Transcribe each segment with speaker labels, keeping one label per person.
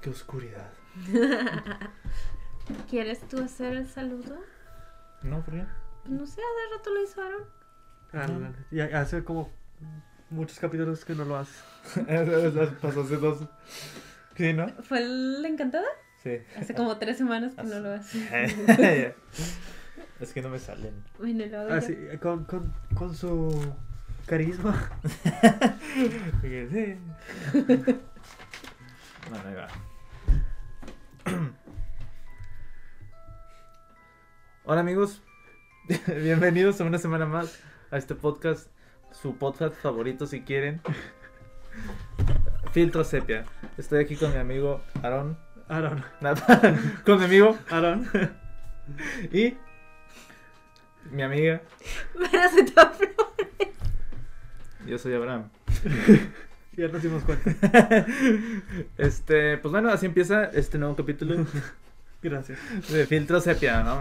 Speaker 1: qué oscuridad.
Speaker 2: ¿Quieres tú hacer el saludo?
Speaker 1: No, ¿por qué?
Speaker 2: No sé, hace rato lo hizo Aaron.
Speaker 3: Ah, no, no. Y hace como muchos capítulos que no lo haces.
Speaker 1: Pasó hace dos. Sí, ¿no?
Speaker 2: ¿Fue la encantada?
Speaker 1: Sí.
Speaker 2: Hace como tres semanas que no lo hace.
Speaker 1: es que no me salen.
Speaker 2: Bueno, lo
Speaker 1: Ah,
Speaker 2: hago
Speaker 3: Así,
Speaker 2: yo.
Speaker 3: con, con, con su carisma.
Speaker 1: Porque sí. Bueno, ahí va. Hola amigos, bienvenidos a una semana más a este podcast, su podcast favorito si quieren. Filtro Sepia. Estoy aquí con mi amigo Aaron.
Speaker 3: Aaron.
Speaker 1: Nada, con mi amigo
Speaker 3: Aaron.
Speaker 1: y mi amiga.
Speaker 2: Pero se te aflojó.
Speaker 1: Yo soy Abraham.
Speaker 3: Ya nos dimos cuenta.
Speaker 1: Este, pues bueno, así empieza este nuevo capítulo
Speaker 3: Gracias.
Speaker 1: de Filtro Sepia, ¿no?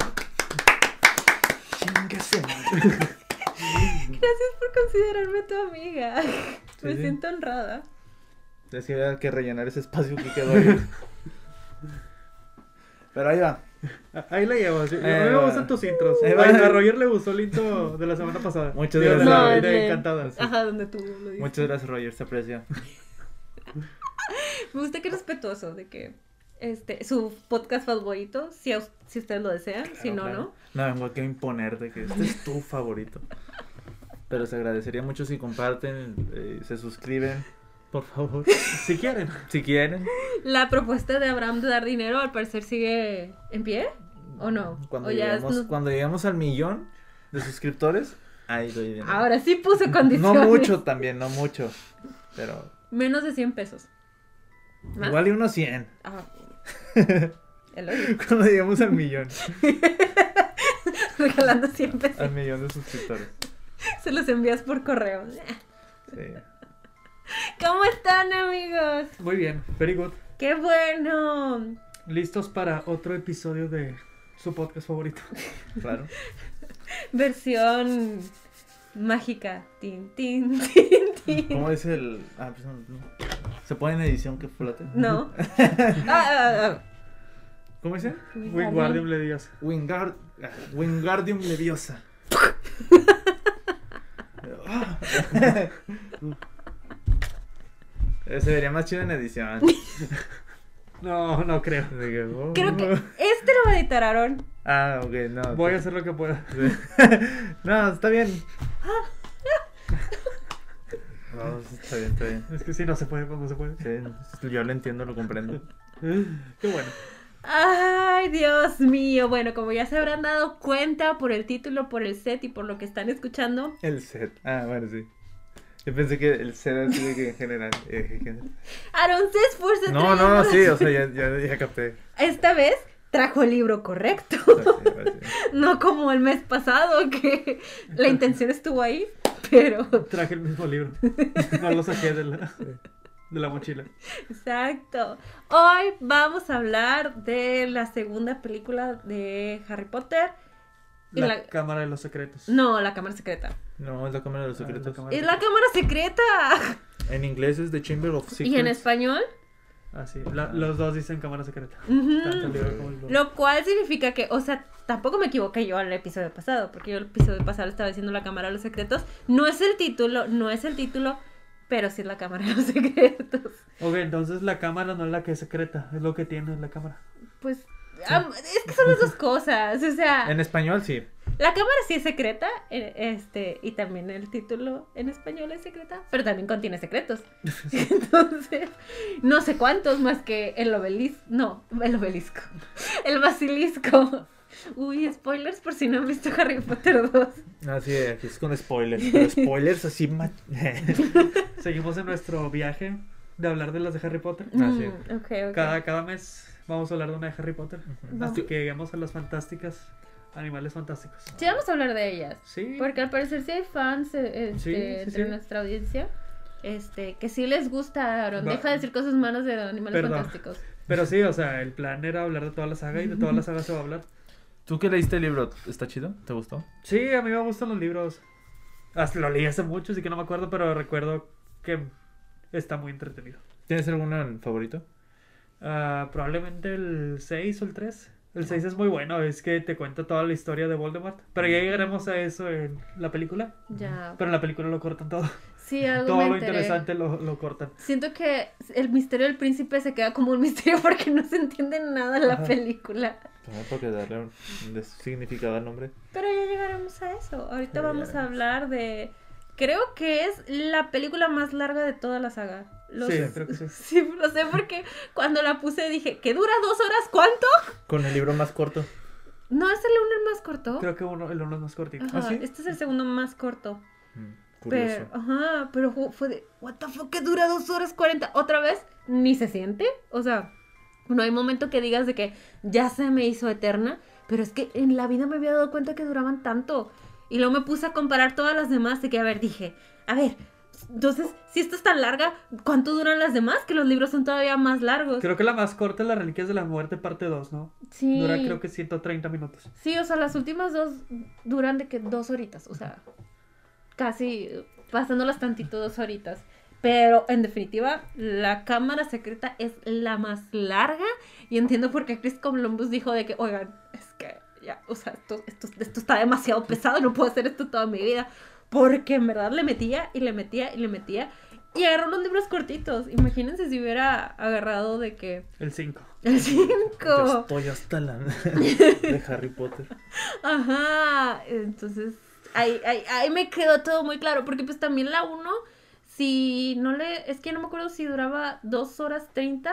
Speaker 2: Gracias por considerarme tu amiga. Me
Speaker 1: sí.
Speaker 2: siento honrada.
Speaker 1: Es que había que rellenar ese espacio que quedó ahí. Pero ahí va.
Speaker 3: A- Ah, Ahí la llevas. Yo- yo- a
Speaker 1: Ahí
Speaker 3: mí me
Speaker 1: va.
Speaker 3: gustan tus intros.
Speaker 1: Ahí va.
Speaker 3: A a Roger le gustó el intro de la semana pasada.
Speaker 1: Muchas
Speaker 3: Digo, de
Speaker 1: gracias.
Speaker 3: la-
Speaker 1: No,
Speaker 3: de
Speaker 2: el de-
Speaker 3: encantada.
Speaker 2: Ajá, donde tú lo dices.
Speaker 1: Muchas gracias, Roger, se aprecia.
Speaker 2: Me gusta que es respetuoso de que este su podcast favorito, si, a us- si ustedes lo desean, si no,
Speaker 1: Claro, claro. No, vengo aquí a imponerte que este es tu favorito. Pero se agradecería mucho si comparten, eh, se suscriben, por favor.
Speaker 3: Si quieren.
Speaker 1: Si quieren.
Speaker 2: no. La propuesta de Abraham de dar dinero al parecer sigue en pie. ¿O no?
Speaker 1: Cuando,
Speaker 2: ¿O ya
Speaker 1: lleguemos,
Speaker 2: no?
Speaker 1: cuando lleguemos al millón de suscriptores, ahí doy dinero.
Speaker 2: Ahora sí puso condiciones.
Speaker 1: no mucho también, no mucho. Pero
Speaker 2: Menos de 100 pesos. ¿Más?
Speaker 1: igual y unos 100.
Speaker 2: Ah. Él lo dijo,
Speaker 1: Cuando lleguemos al millón.
Speaker 2: regalando 100 pesos.
Speaker 1: Al millón de suscriptores. Ah.
Speaker 2: Se los envías por correo.
Speaker 1: Sí.
Speaker 2: ¿Cómo están, amigos?
Speaker 3: Muy bien. Very good.
Speaker 2: ¡Qué bueno!
Speaker 3: Listos para otro episodio de su podcast favorito.
Speaker 1: Claro.
Speaker 2: Versión mágica. Tin, tin, tin, tin.
Speaker 1: ¿Cómo es el.? Ah, pues no, no. ¿Se pone en edición que flote?
Speaker 2: No. Ah, ah, ah.
Speaker 1: ¿Cómo dice?
Speaker 3: Wingardium le digas.
Speaker 1: Wingard... ah, Wingardium Leviosa. Ah. Eh, Se vería más chido en edición.
Speaker 3: No, no creo.
Speaker 2: Creo que oh. este lo va a editar Aaron.
Speaker 1: Ah, ok, no.
Speaker 3: Voy a hacer lo que pueda.
Speaker 1: No, está bien. No, está bien, está bien.
Speaker 3: Es que si no se puede, pues no se puede.
Speaker 1: Sí, yo lo entiendo, lo comprendo.
Speaker 3: Qué bueno.
Speaker 2: Ay, Dios mío. Bueno, como ya se habrán dado cuenta por el título, por el set y por lo que están escuchando,
Speaker 1: El set. Ah, bueno, sí. Yo pensé que el set era así de que en general. eh, gen-
Speaker 2: Aaron se esfuerza.
Speaker 1: No, no, no,
Speaker 2: trayendo-
Speaker 1: sí, o sea, ya, ya, ya capté.
Speaker 2: Esta vez trajo el libro correcto.
Speaker 1: Ahora sí, ahora sí.
Speaker 2: No como el mes pasado, que la intención estuvo ahí, pero.
Speaker 3: Traje el mismo libro. No lo saqué de la, de la mochila.
Speaker 2: Exacto. Hoy vamos a hablar de la segunda película de Harry Potter. Y
Speaker 3: La,
Speaker 2: la-
Speaker 3: cámara de los secretos.
Speaker 2: No, La Cámara Secreta.
Speaker 1: No, es la cámara de los
Speaker 3: Ah, la
Speaker 1: secretos.
Speaker 3: cámara.
Speaker 2: ¡Es la Cámara Secreta!
Speaker 1: En inglés es The Chamber of Secrets.
Speaker 2: Y en español.
Speaker 3: Así. Ah, la- los dos dicen cámara secreta.
Speaker 2: ujú.
Speaker 3: Tanto el libro como el libro.
Speaker 2: Lo cual significa que, o sea, tampoco me equivoqué yo al episodio pasado, porque yo el episodio pasado estaba diciendo La Cámara de los Secretos. No es el título, no es el título, pero sí es La Cámara de los Secretos.
Speaker 3: Ok, entonces la cámara no es la que es secreta, es lo que tiene la cámara.
Speaker 2: Pues am- es que son las dos cosas. O sea,
Speaker 1: En español, sí.
Speaker 2: la cámara sí es secreta, eh, este, y también el título en español es secreta, pero también contiene secretos. Entonces, no sé cuántos más que el obelisco. No, el obelisco. El basilisco. Uy, spoilers por si no han visto Harry Potter 2.
Speaker 1: Así es, aquí es con spoilers. Pero spoilers así. ma-
Speaker 3: Seguimos en nuestro viaje de hablar de las de Harry Potter.
Speaker 1: Ah, sí.
Speaker 2: Mm, ok, ok.
Speaker 3: Cada, cada mes vamos a hablar de una de Harry Potter.
Speaker 2: Va.
Speaker 3: Hasta que lleguemos a las fantásticas, animales fantásticos.
Speaker 2: Sí, vamos a hablar de ellas.
Speaker 3: Sí.
Speaker 2: Porque al parecer sí hay fans eh, este,
Speaker 3: Sí, sí,
Speaker 2: entre
Speaker 3: sí.
Speaker 2: nuestra audiencia. Este, que sí les gusta, Aaron.
Speaker 3: Va-
Speaker 2: Deja de decir cosas malas de animales
Speaker 3: Perdón.
Speaker 2: fantásticos.
Speaker 3: Pero sí, o sea, el plan era hablar de toda la saga y de toda la saga se va a hablar.
Speaker 1: ¿Tú que leíste el libro? ¿Está chido? ¿Te gustó?
Speaker 3: Sí, a mí me gustan los libros. Hasta lo leí hace mucho, así que no me acuerdo, pero recuerdo que está muy entretenido.
Speaker 1: ¿Tienes alguno favorito?
Speaker 3: Ah, probablemente el 6 o el 3. El 6 es muy bueno, es que te cuenta toda la historia de Voldemort. Pero ya llegaremos a eso en la película.
Speaker 2: Ya.
Speaker 3: Pero en la película lo cortan todo.
Speaker 2: Sí, Ah. algo
Speaker 3: Todo
Speaker 2: me
Speaker 3: lo
Speaker 2: enteré.
Speaker 3: interesante lo, lo cortan.
Speaker 2: Siento que el misterio del príncipe se queda como un misterio porque no se entiende nada en la
Speaker 3: Ajá.
Speaker 2: película.
Speaker 1: También Pues porque darle un un significado al nombre.
Speaker 2: Pero ya llegaremos a eso. Ahorita
Speaker 1: Ya
Speaker 2: vamos a
Speaker 1: llegaremos.
Speaker 2: hablar de. Creo que es la película más larga de toda la saga. Lo
Speaker 3: Sí,
Speaker 2: sé.
Speaker 3: creo que sí.
Speaker 2: Sí, lo sé porque cuando la puse dije, ¿que dura dos horas? ¿Cuánto?
Speaker 1: Con el libro más corto.
Speaker 2: No, es el uno el más corto.
Speaker 3: Creo que uno, el uno es más cortito.
Speaker 2: Ajá,
Speaker 1: ¿Ah, sí?
Speaker 2: Este es el segundo más corto.
Speaker 1: Mm,
Speaker 2: Pero,
Speaker 1: Curioso.
Speaker 2: ajá, pero ju- fue de, what the fuck, que dura dos horas 40. Otra vez, ni se siente. O sea, no hay momento que digas de que ya se me hizo eterna, pero es que en la vida me había dado cuenta que duraban tanto. Y luego me puse a comparar todas las demás, de que, a ver, dije, a ver, entonces, si esta es tan larga, ¿cuánto duran las demás? Que los libros son todavía más largos.
Speaker 3: Creo que la más corta es Las Reliquias de la Muerte, parte 2, ¿no?
Speaker 2: sí.
Speaker 3: Dura creo que 130 minutos.
Speaker 2: Sí, o sea, las últimas dos duran de que dos horitas, o sea, casi pasándolas tantito dos horitas. Pero en definitiva, la cámara secreta es la más larga y entiendo por qué Chris Columbus dijo de que, oigan, es que ya, o sea, esto, esto, esto está demasiado pesado, no puedo hacer esto toda mi vida. Porque en verdad le metía y le metía y le metía y agarró unos libros cortitos. Imagínense si hubiera agarrado de que
Speaker 3: El 5.
Speaker 2: el
Speaker 1: Yo
Speaker 2: 5.
Speaker 1: estoy hasta la de Harry Potter.
Speaker 2: Ajá, entonces ahí, ahí, ahí me quedó todo muy claro, porque pues también la 1, si no le, es que no me acuerdo si duraba 2 horas 30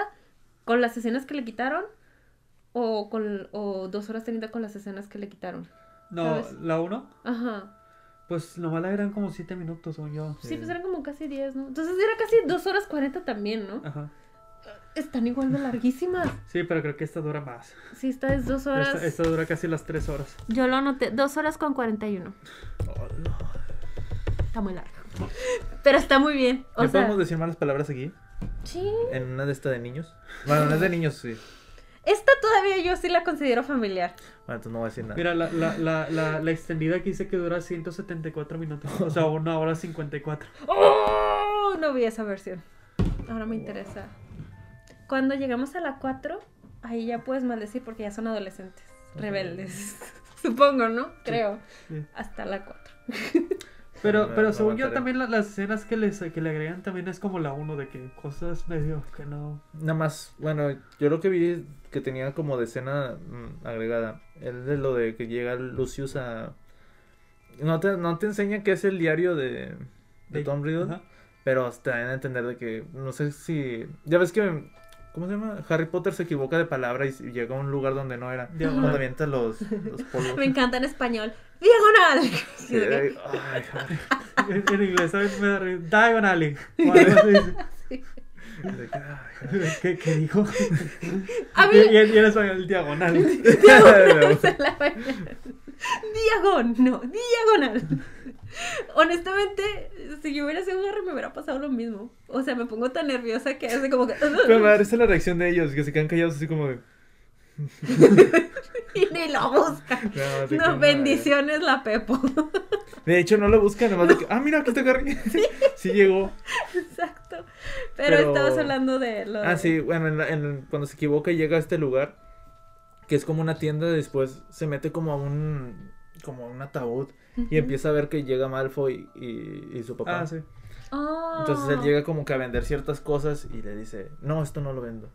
Speaker 2: con las escenas que le quitaron o con o 2 horas 30 con las escenas que le quitaron.
Speaker 3: No,
Speaker 2: ¿Sabes?
Speaker 3: la 1,
Speaker 2: Ajá.
Speaker 3: pues nomás la eran como 7 minutos, según yo.
Speaker 2: Sí,
Speaker 1: Sí.
Speaker 2: pues eran como casi 10, ¿no? Entonces era casi 2 horas 40 también, ¿no?
Speaker 1: Ah.
Speaker 3: Ajá.
Speaker 2: Están igual de larguísimas.
Speaker 3: Sí, pero creo que esta dura más.
Speaker 2: Sí, esta es 2 horas.
Speaker 3: Esta, esta dura casi las 3 horas.
Speaker 2: Yo lo anoté, 2 horas con 41.
Speaker 1: Oh, no.
Speaker 2: Está muy largo. Pero está muy bien. O
Speaker 1: ¿Ya
Speaker 2: sea,
Speaker 1: podemos decir malas palabras aquí?
Speaker 2: sí.
Speaker 1: En una de estas de niños. Bueno, no es de niños, sí.
Speaker 2: Esta todavía yo sí la considero familiar.
Speaker 1: Bueno, entonces no voy a decir nada.
Speaker 3: Mira, la, la, la, la, la extendida aquí dice que dura 174 minutos. O sea, 1 hora 54.
Speaker 2: ¡Oh! No vi esa versión. Ahora me interesa. Cuando llegamos a la 4, ahí ya puedes maldecir porque ya son adolescentes, rebeldes. Supongo, ¿no? Creo.
Speaker 3: Sí.
Speaker 2: Hasta la 4.
Speaker 3: Pero,
Speaker 1: No,
Speaker 3: pero
Speaker 1: no
Speaker 3: según yo
Speaker 1: aguantaré.
Speaker 3: también la- las escenas que, les, que le agregan también es como la 1 de que cosas medio que no...
Speaker 1: Nada más, bueno, yo lo que vi que tenía como de escena mm, agregada, es de lo de que llega Lucius a... No te, no te enseña que es el diario de, de
Speaker 3: de-
Speaker 1: Tom Riddle,
Speaker 3: Ajá.
Speaker 1: pero te dan a entender de que, no sé si... Ya ves que, ¿cómo se llama? Harry Potter se equivoca de palabra y, y llega a un lugar donde no era.
Speaker 3: De-
Speaker 2: Ajá.
Speaker 1: Cuando avienta los, los polvos.
Speaker 2: Me encanta en español. ¡Diagonal!
Speaker 1: Sí, ay, ay, Harry,
Speaker 3: En, en inglés a veces me da risa. Diagon Alley. O algo así dice.
Speaker 1: de que, ay,
Speaker 3: ¿Qué, qué dijo?
Speaker 2: A mí.
Speaker 3: Y, y en- y en español, el diagonal.
Speaker 1: Diagonal.
Speaker 2: O sea, la vaina. Diagón, no, diagonal. Honestamente, si yo hubiera sido guerra me hubiera pasado lo mismo. O sea, me pongo tan nerviosa que hace como que.
Speaker 1: Pero me parece la reacción de ellos, que se quedan callados así como de...
Speaker 2: y ni lo busca.
Speaker 1: No, de que,
Speaker 2: No, bendiciones la Pepo.
Speaker 1: De hecho, no lo buscan, nomás de que, ah, mira, aquí está Harry. sí llegó.
Speaker 2: Exacto. Pero,
Speaker 1: Pero-
Speaker 2: estabas hablando de lo.
Speaker 1: Ah,
Speaker 2: de-
Speaker 1: sí, bueno, en la- en- cuando se equivoca y llega a este lugar, que es como una tienda, después se mete como a un, como a un ataúd
Speaker 2: Ujú.
Speaker 1: y empieza a ver que llega Malfoy y, y su papá.
Speaker 3: Ah, sí.
Speaker 2: Oh.
Speaker 1: Entonces él llega como que a vender ciertas cosas y le dice, no, esto no lo vendo.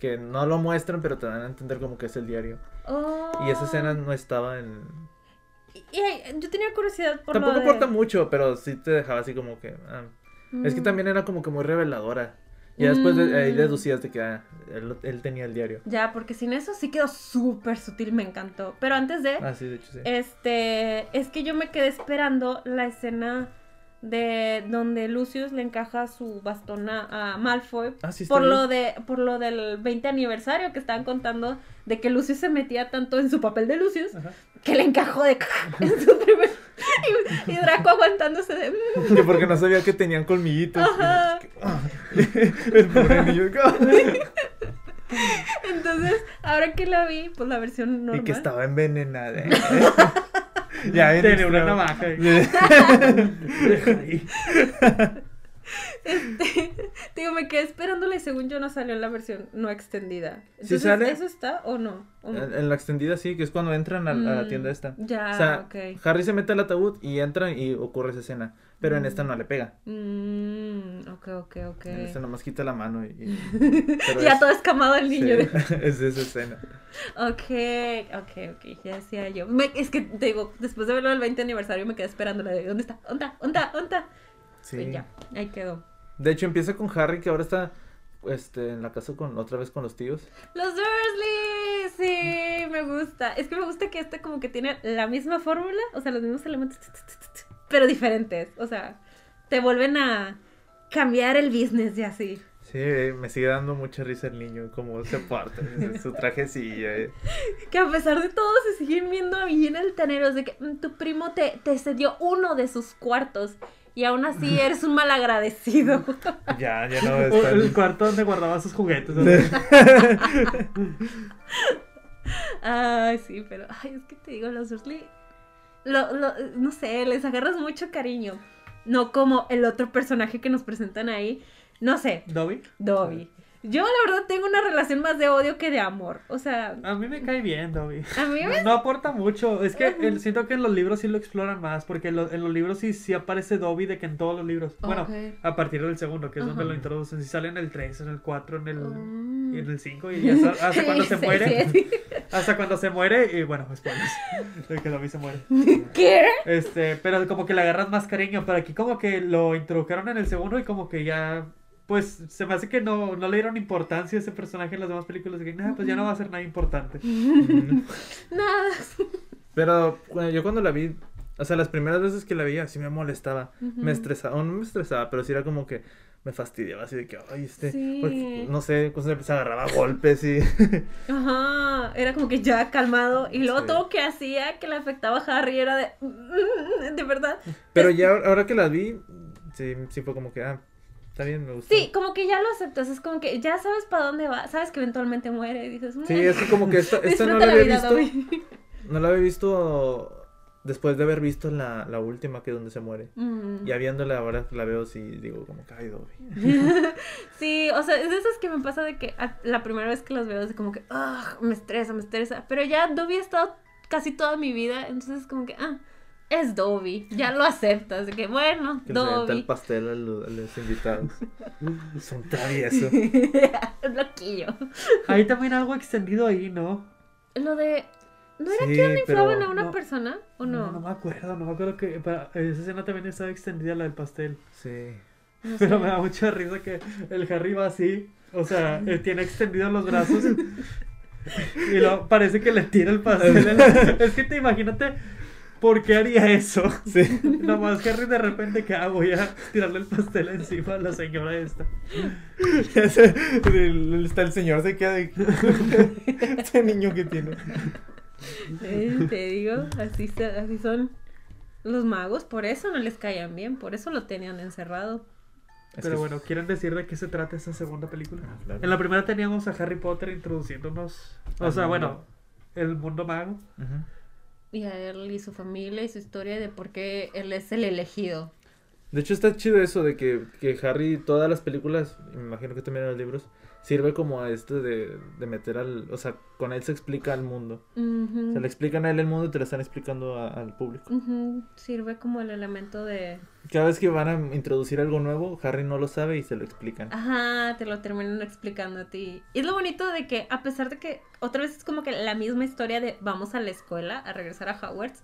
Speaker 1: Que no lo muestran, pero te dan a entender como que es el diario.
Speaker 2: Oh.
Speaker 1: Y esa escena no estaba en...
Speaker 2: Y- y- yo tenía curiosidad por
Speaker 1: Tampoco
Speaker 2: lo de-
Speaker 1: aporta mucho, pero sí te dejaba así como que... ah, Es que
Speaker 2: Mm.
Speaker 1: también era como que muy reveladora. Y ya después de- ahí
Speaker 2: Mm.
Speaker 1: deducías de que ah, él, él tenía el diario.
Speaker 2: Ya, porque sin eso sí quedó súper sutil, me encantó. Pero antes de.
Speaker 1: Ah, sí, de hecho sí.
Speaker 2: Eh, Este, es que yo me quedé esperando la escena de donde Lucius le encaja su bastón a, a Malfoy
Speaker 1: Ah, sí, está
Speaker 2: por
Speaker 1: bien.
Speaker 2: lo de por lo del 20 aniversario que estaban contando de que Lucius se metía tanto en su papel de Lucius
Speaker 3: Ajá.
Speaker 2: que le encajó de en su primer y, y Draco aguantándose de "Mm".
Speaker 1: Que porque no sabía que tenían colmillitos.
Speaker 2: Ajá.
Speaker 1: El pobre niño.
Speaker 2: entonces ahora que la vi pues la versión normal
Speaker 1: Y que estaba envenenada. ¿eh? ya, en
Speaker 3: Tenía una
Speaker 1: extremo.
Speaker 3: navaja.
Speaker 1: Ya.
Speaker 3: Deja ahí.
Speaker 2: Este, Digo, me quedé esperándole y según yo no salió en la versión no extendida.
Speaker 1: Sí
Speaker 2: Entonces,
Speaker 1: sale.
Speaker 2: ¿Eso está o no? ¿O no?
Speaker 1: En, en la extendida sí, que es cuando entran a, a la
Speaker 2: Mm,
Speaker 1: tienda esta.
Speaker 2: Ya,
Speaker 1: o sea,
Speaker 2: ok.
Speaker 1: Harry se mete al ataúd y entra y ocurre esa escena. Pero en esta no le pega.
Speaker 2: Mm, ok, ok, ok.
Speaker 1: En esta este nomás quita la mano y.
Speaker 2: ya todo escamado el niño. de-
Speaker 1: es esa escena.
Speaker 2: Ok, ok, ok, ya decía yo. Me- es que te digo, después de verlo el 20 aniversario me quedé esperándole. de, ¿Dónde está? ¿Dónde está? ¿Dónde está? ¿Dónde está?
Speaker 1: Sí.
Speaker 2: Y ya, ahí quedó.
Speaker 1: De hecho, empieza con Harry que ahora está este, en la casa con otra vez con los tíos.
Speaker 2: Los Dursley, sí, me gusta. Es que me gusta que este como que tiene la misma fórmula, o sea, los mismos elementos, tut, tut, tut, tut, pero diferentes. O sea, te vuelven a cambiar el business y así.
Speaker 1: Sí, eh, me sigue dando mucha risa el niño, como se parte, su trajecilla. eh.
Speaker 2: Que a pesar de todo se siguen viendo bien altaneros de que "Mm, tu primo te, te cedió uno de sus cuartos y aún así eres un malagradecido.
Speaker 1: Ya, ya no
Speaker 3: O el
Speaker 1: están.
Speaker 3: cuarto donde guardaba sus juguetes. ¿no?
Speaker 2: Ay, sí, pero ay, es que te digo, los Dursley, lo, lo- no sé, les agarras mucho cariño. No como el otro personaje que nos presentan ahí, no sé,
Speaker 3: Dobby.
Speaker 2: Dobby. Yo la verdad tengo una relación más de odio que de amor. O sea,
Speaker 3: A mí me cae bien Dobby.
Speaker 2: a mí me...
Speaker 3: No aporta mucho. Es que el- siento que en los libros sí lo exploran más. Porque en lo- en los libros sí, sí aparece Dobby de que en todos los libros. Bueno,
Speaker 2: Ok.
Speaker 3: a partir del segundo, que es donde
Speaker 2: Ajá.
Speaker 3: lo introducen. Si sale en el 3, en el 4, en el.
Speaker 2: Mm.
Speaker 3: y en el 5 y hasta, hasta cuando se
Speaker 2: Sí,
Speaker 3: muere.
Speaker 2: sí,
Speaker 3: Hasta cuando se muere. Y bueno, spoilers. De que Dobby se muere.
Speaker 2: sí. ¿Qué?
Speaker 3: Este, pero como que le agarras más cariño, pero aquí como que lo introdujeron en el segundo y como que ya, pues se me hace que no, no le dieron importancia a ese personaje en las demás películas, de que nada, pues ya no va a ser nada importante.
Speaker 2: Mm.
Speaker 1: Ujú.
Speaker 2: Nada.
Speaker 1: Pero bueno, yo cuando la vi, o sea, las primeras veces que la veía, sí me molestaba. Me estresaba, o no me estresaba, pero sí era como que me fastidiaba, así de que, ay, este,
Speaker 2: Sí.
Speaker 1: porque, no sé, cosas, se agarraba a golpes y...
Speaker 2: Ajá, era como que ya calmado. Y luego
Speaker 1: Sí.
Speaker 2: todo que hacía que le afectaba a Harry era de. "Mm, De verdad.
Speaker 1: Pero ya ahora que la vi, sí, sí fue como que, ah, está bien, me gustó.
Speaker 2: Sí, como que ya lo aceptas. Es como que ya sabes para dónde va. Sabes que eventualmente muere. Y dices,
Speaker 1: Sí,
Speaker 2: "Meh,
Speaker 1: es que como que esta, esta
Speaker 2: disfruta
Speaker 1: no la
Speaker 2: la
Speaker 1: había
Speaker 2: vida,
Speaker 1: visto,
Speaker 2: Dobby".
Speaker 1: no la había visto después de haber visto la, la última que es donde se muere.
Speaker 2: Mm.
Speaker 1: Ya viéndola ahora la veo, sí, digo como que, ay, Dobby.
Speaker 2: Sí, o sea, es de esas que me pasa de que a- la primera vez que los veo es como que, "Ugh, me estresa, me estresa. Pero ya Dobby ha estado casi toda mi vida, entonces es como que, ah, es Dobby, ya lo aceptas, de que bueno,
Speaker 1: Que les avienta el
Speaker 2: Dobby.
Speaker 1: pastel a los, a los invitados. Son traviesos.
Speaker 2: Loquillo.
Speaker 3: Hay también algo extendido ahí, ¿no?
Speaker 2: Lo de, ¿no era
Speaker 1: Sí,
Speaker 2: que le
Speaker 1: pero-
Speaker 2: inflaban a una
Speaker 3: no.
Speaker 2: persona o no?
Speaker 3: No, me acuerdo, no me acuerdo que pero esa escena también estaba extendida, la del pastel.
Speaker 1: ¿Ah, Sí.
Speaker 2: No
Speaker 3: Pero
Speaker 2: sé.
Speaker 3: me da mucha risa que el Harry va así, o sea, eh, tiene extendidos los brazos. Y lo, parece que le tira el pastel. en la- Es que te imagínate por qué haría eso.
Speaker 1: Sí.
Speaker 3: Nomás Harry de repente que ah, voy a tirarle el pastel encima a la señora esta.
Speaker 1: Ya sé, el- el- Está el señor, se queda de... Este niño que tiene.
Speaker 2: Eh, te digo, así, se- así son los magos, por eso no les caían bien, por eso lo tenían encerrado.
Speaker 3: Pero bueno, ¿quieren decir de qué se trata esa segunda película?
Speaker 1: Ah, claro.
Speaker 3: En la primera teníamos a Harry Potter introduciéndonos. O
Speaker 1: Al
Speaker 3: sea,
Speaker 1: mundo.
Speaker 3: bueno, el mundo mago.
Speaker 1: Ujú.
Speaker 2: Y a él y su familia y su historia de por qué él es el elegido.
Speaker 1: De hecho está chido eso de que, que Harry, todas las películas, y me imagino que también en los libros, sirve como a este de, de meter al... O sea, con él se explica al mundo.
Speaker 2: Ujú.
Speaker 3: Mm.
Speaker 1: Se le explican a él el mundo y te lo están explicando a- al público.
Speaker 2: Ujú. Sirve como el elemento de...
Speaker 1: Cada vez que van a introducir algo nuevo, Harry no lo sabe y se lo explican.
Speaker 3: Ah,
Speaker 2: Ajá, te lo terminan explicando a ti. Y es lo bonito de que a pesar de que otra vez es como que la misma historia de vamos a la escuela, a regresar a Hogwarts,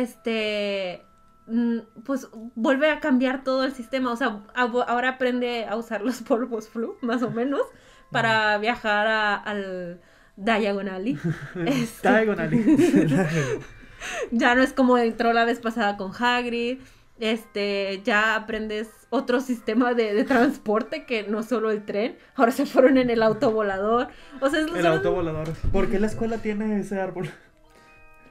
Speaker 2: este, mm, pues vuelve a cambiar todo el sistema. O sea, abo- ahora aprende a usar los polvos flu, más o menos, para viajar a- al Diagon Alley. Este-
Speaker 3: Diagonally.
Speaker 2: ya no es como entró la vez pasada con Hagrid. Este, ya aprendes otro sistema de, de transporte que no solo el tren. Ahora se fueron en el autovolador. O sea, es
Speaker 3: El autovolador. ¿Por qué la escuela tiene ese árbol?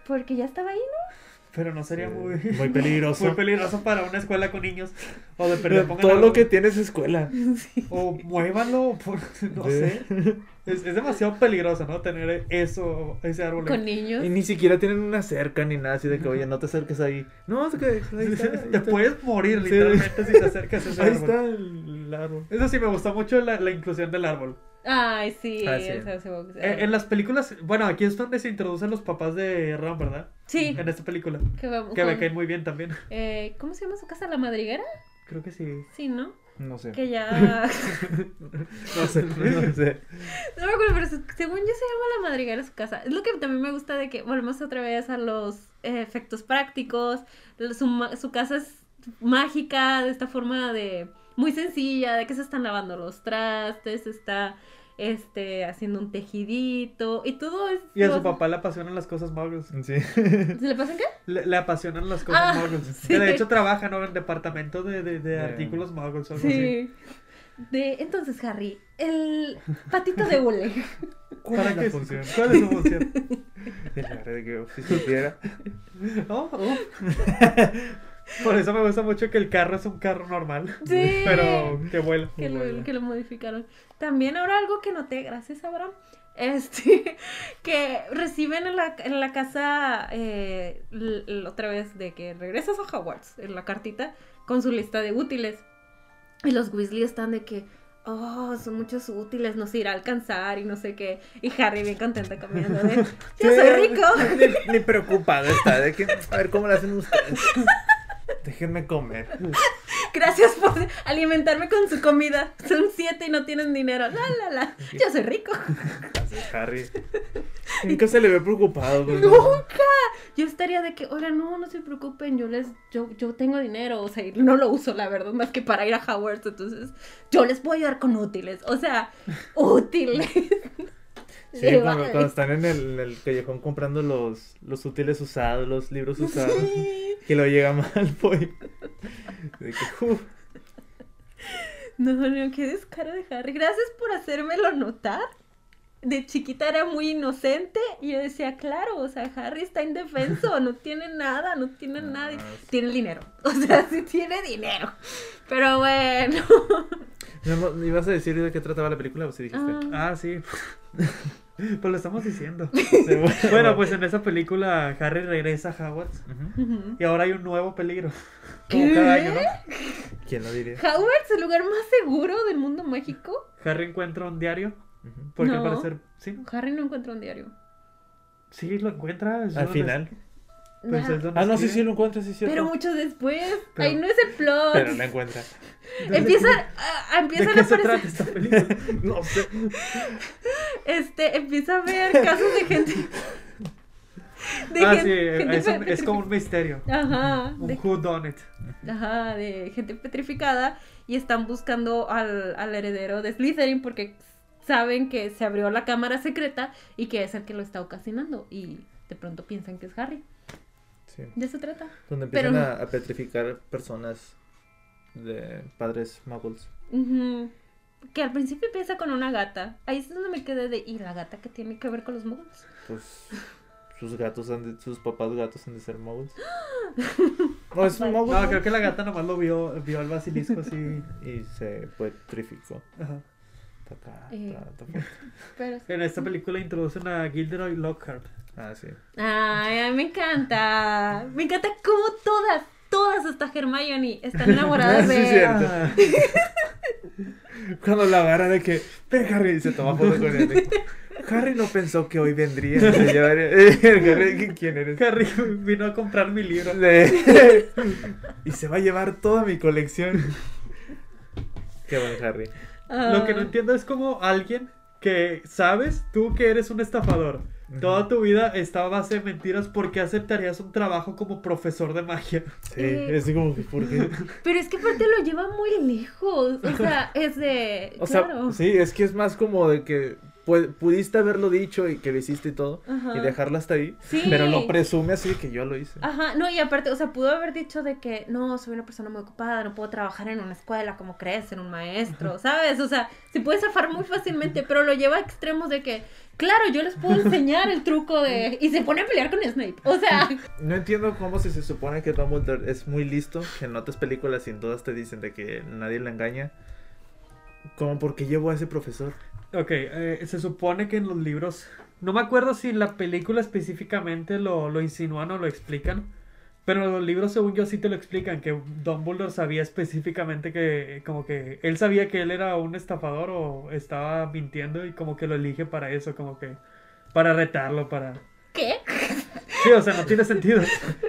Speaker 2: Porque ya estaba ahí,
Speaker 3: Pero no sería muy,
Speaker 4: Eh, Muy peligroso.
Speaker 3: muy peligroso para una escuela con niños. O de
Speaker 4: Pero
Speaker 3: perder, pongan
Speaker 4: todo
Speaker 3: algo-
Speaker 4: lo que tienes es escuela.
Speaker 3: O muévanlo, o por- no sé. Es, es demasiado peligroso, ¿no? Tener eso, ese árbol.
Speaker 2: Con
Speaker 3: ahí.
Speaker 2: niños.
Speaker 1: Y ni siquiera tienen una cerca ni nada así de que, oye, no te acerques ahí. No, es que ahí está, ahí
Speaker 3: Te
Speaker 1: está.
Speaker 3: puedes morir
Speaker 1: Sí.
Speaker 3: literalmente si te acercas a ese
Speaker 4: Ahí
Speaker 3: árbol.
Speaker 4: está el el árbol.
Speaker 3: Eso sí, me gustó mucho la, la inclusión del árbol.
Speaker 2: Ay, sí.
Speaker 1: Ah, sí.
Speaker 2: esa se va-
Speaker 3: Eh, en las películas, bueno, aquí es donde se introducen los papás de Ram, ¿verdad?
Speaker 2: Sí.
Speaker 3: En esta película.
Speaker 2: Que vamos
Speaker 3: Que me
Speaker 2: con-
Speaker 3: caen muy bien también.
Speaker 2: eh, ¿Cómo se llama su casa? ¿La madriguera?
Speaker 3: Creo que sí.
Speaker 2: Sí, ¿no?
Speaker 4: No sé.
Speaker 2: Que ya.
Speaker 4: No sé. No sé.
Speaker 2: No me acuerdo, pero su- según yo se llama la madriguera su casa. Es lo que también me gusta de que volvemos otra vez a los eh, efectos prácticos. lo- Su, ma- su casa es mágica de esta forma de muy sencilla, de que se están lavando los trastes, se está este haciendo un tejidito y todo es
Speaker 3: Y a su
Speaker 2: lo-
Speaker 3: papá le apasionan las cosas muggles.
Speaker 1: Sí.
Speaker 2: ¿Se le pasan qué?
Speaker 3: Le, le apasionan las cosas
Speaker 2: Ah,
Speaker 3: muggles.
Speaker 2: sí.
Speaker 3: Que de hecho trabaja, ¿no? En el departamento de, de, de artículos muggles o algo así.
Speaker 2: Sí. De entonces Harry, el patito de hule.
Speaker 4: ¿Cuál es la
Speaker 3: qué-
Speaker 4: función?
Speaker 3: ¿Cuál es su función?
Speaker 4: De la verdad que si supiera.
Speaker 3: Oh, oh. Por eso me gusta mucho que el carro es un carro normal.
Speaker 2: Sí.
Speaker 3: Pero que vuela.
Speaker 2: que
Speaker 4: Bueno.
Speaker 2: lo, que lo modificaron. También ahora algo que noté, gracias Abraham, este, que reciben en la, en la casa, eh, l- l- otra vez, de que regresas a Hogwarts, en la cartita, con su lista de útiles. Y los Weasley están de que, oh, son muchos útiles, nos irá a alcanzar y no sé qué. Y Harry bien contenta comiendo de, yo soy rico.
Speaker 1: Ni, ni preocupado está de que, a ver cómo lo hacen ustedes.
Speaker 4: Déjenme comer.
Speaker 2: Gracias por alimentarme con su comida. Son siete y no tienen dinero. La, la, la. Yo soy rico.
Speaker 4: Gracias, Harry. Nunca se le ve preocupado. pues,
Speaker 2: ¡Nunca! Yo estaría de que, oiga, no, no se preocupen, yo les, yo, yo tengo dinero, o sea, y no lo uso, la verdad, más que para ir a Howard, entonces, yo les puedo ayudar con útiles, o sea, útiles.
Speaker 1: Sí,
Speaker 2: Le
Speaker 1: cuando,
Speaker 2: vale.
Speaker 1: cuando están en el, en el callejón comprando los, los útiles usados, los libros usados,
Speaker 2: Sí.
Speaker 1: que lo llega mal, boy. De que, uf,
Speaker 2: No, no, qué descaro de Harry. Gracias por hacérmelo notar. De chiquita era muy inocente y yo decía, claro, o sea, Harry está indefenso, no tiene nada, no tiene nada. Tiene dinero, o sea, sí tiene dinero. Pero bueno.
Speaker 1: no, no, ibas a decir de qué trataba la película, o si dijiste.
Speaker 3: Ah, sí. Pues lo estamos diciendo.
Speaker 1: Sí, bueno.
Speaker 3: Bueno, pues en esa película Harry regresa a Hogwarts
Speaker 1: Ujú.
Speaker 2: Ujú.
Speaker 3: y ahora hay un nuevo peligro.
Speaker 2: ¿Qué?
Speaker 3: Como cada año, ¿no?
Speaker 1: ¿Quién lo diría?
Speaker 2: Hogwarts, el lugar más seguro del mundo mágico.
Speaker 3: Harry encuentra un diario
Speaker 1: Ujú.
Speaker 3: porque
Speaker 2: No.
Speaker 3: al parecer sí,
Speaker 2: Harry no encuentra un diario.
Speaker 3: sí lo encuentra. es
Speaker 1: Al
Speaker 3: donde-
Speaker 1: final.
Speaker 3: pues, es donde
Speaker 4: Ah, no, sí,
Speaker 3: escribe.
Speaker 4: sí, lo encuentro, sí, sí.
Speaker 2: Pero mucho después.
Speaker 3: Pero-
Speaker 2: Ahí no es el plot.
Speaker 4: Pero no encuentra.
Speaker 2: empiezan a, a-
Speaker 3: ¿De
Speaker 2: empiezan a
Speaker 3: qué se
Speaker 2: aparecer.
Speaker 3: trata esta película?
Speaker 4: No sé.
Speaker 2: Este, empieza a ver casos de gente. De
Speaker 3: ah,
Speaker 2: gen-
Speaker 3: sí,
Speaker 2: gente
Speaker 3: es, un-
Speaker 2: pe-
Speaker 3: es como un misterio.
Speaker 2: Ajá,
Speaker 3: Un
Speaker 2: de-
Speaker 3: who done it.
Speaker 2: ajá, de gente petrificada y están buscando al, al heredero de Slytherin porque saben que se abrió la cámara secreta y que es el que lo está ocasionando y de pronto piensan que es Harry.
Speaker 1: Sí.
Speaker 2: ¿De eso trata?
Speaker 1: Donde empiezan
Speaker 2: Pero-
Speaker 1: a, a petrificar personas de padres muggles.
Speaker 2: Ujú. Que al principio empieza con una gata. Ahí es donde me quedé de, ¿y la gata que tiene que ver con los muggles?
Speaker 1: Pues sus gatos han de- sus papás gatos han de ser muggles. No, es un muggle.
Speaker 3: No, creo que la gata nomás lo vio, vio al basilisco así.
Speaker 1: Y se petrificó.
Speaker 3: Ajá.
Speaker 1: Ta, ta,
Speaker 2: Eh.
Speaker 1: ta, ta, ta.
Speaker 2: Pero...
Speaker 3: En esta película introducen a Gilderoy Lockhart.
Speaker 1: Ah, sí.
Speaker 2: Ay, ay, me encanta. Me encanta cómo todas, todas hasta Hermione están enamoradas de...
Speaker 1: Sí, sí,
Speaker 2: él.
Speaker 1: Cierto.
Speaker 3: Ah,
Speaker 4: Cuando la agarra de que, ven Harry, y se toma foto con él. de que, Harry no pensó que hoy vendría. Se llevaría- Harry, ¿quién eres?
Speaker 3: Harry vino a comprar mi libro.
Speaker 4: Le- y se va a llevar toda mi colección.
Speaker 1: Qué buen Harry.
Speaker 2: Ah,
Speaker 3: Lo que no entiendo es como alguien que sabes tú que eres un estafador. Toda tu vida está a base de mentiras. ¿Por qué aceptarías un trabajo como profesor de magia?
Speaker 4: Sí,
Speaker 2: Eh.
Speaker 4: es como que, ¿por qué?
Speaker 2: Pero es que aparte lo lleva muy lejos. O sea, es de...
Speaker 1: O
Speaker 2: claro.
Speaker 1: sea, sí, es que es más como de que pu- pudiste haberlo dicho y que lo hiciste y todo,
Speaker 2: Ajá.
Speaker 1: y dejarlo hasta ahí,
Speaker 2: Sí.
Speaker 1: pero lo presume así de que yo lo hice.
Speaker 2: Ajá, no, y aparte, o sea, pudo haber dicho de que no, soy una persona muy ocupada, no puedo trabajar en una escuela como crees, en un maestro, ¿sabes? O sea, se puede zafar muy fácilmente, pero lo lleva a extremos de que, claro, yo les puedo enseñar el truco de. Y se pone a pelear con Snape. O sea,
Speaker 1: No entiendo cómo si se supone que Dumbledore es muy listo, que en otras películas sin dudas te dicen de que nadie le engaña. Como porque llevo a ese profesor.
Speaker 3: Ok, eh, se supone que en los libros, no me acuerdo si en la película específicamente lo, lo insinúan o lo explican, pero en los libros según yo sí te lo explican, que Dumbledore sabía específicamente que como que él sabía que él era un estafador o estaba mintiendo y como que lo elige para eso, como que para retarlo, para...
Speaker 2: ¿qué?
Speaker 3: Sí, o sea, no tiene sentido.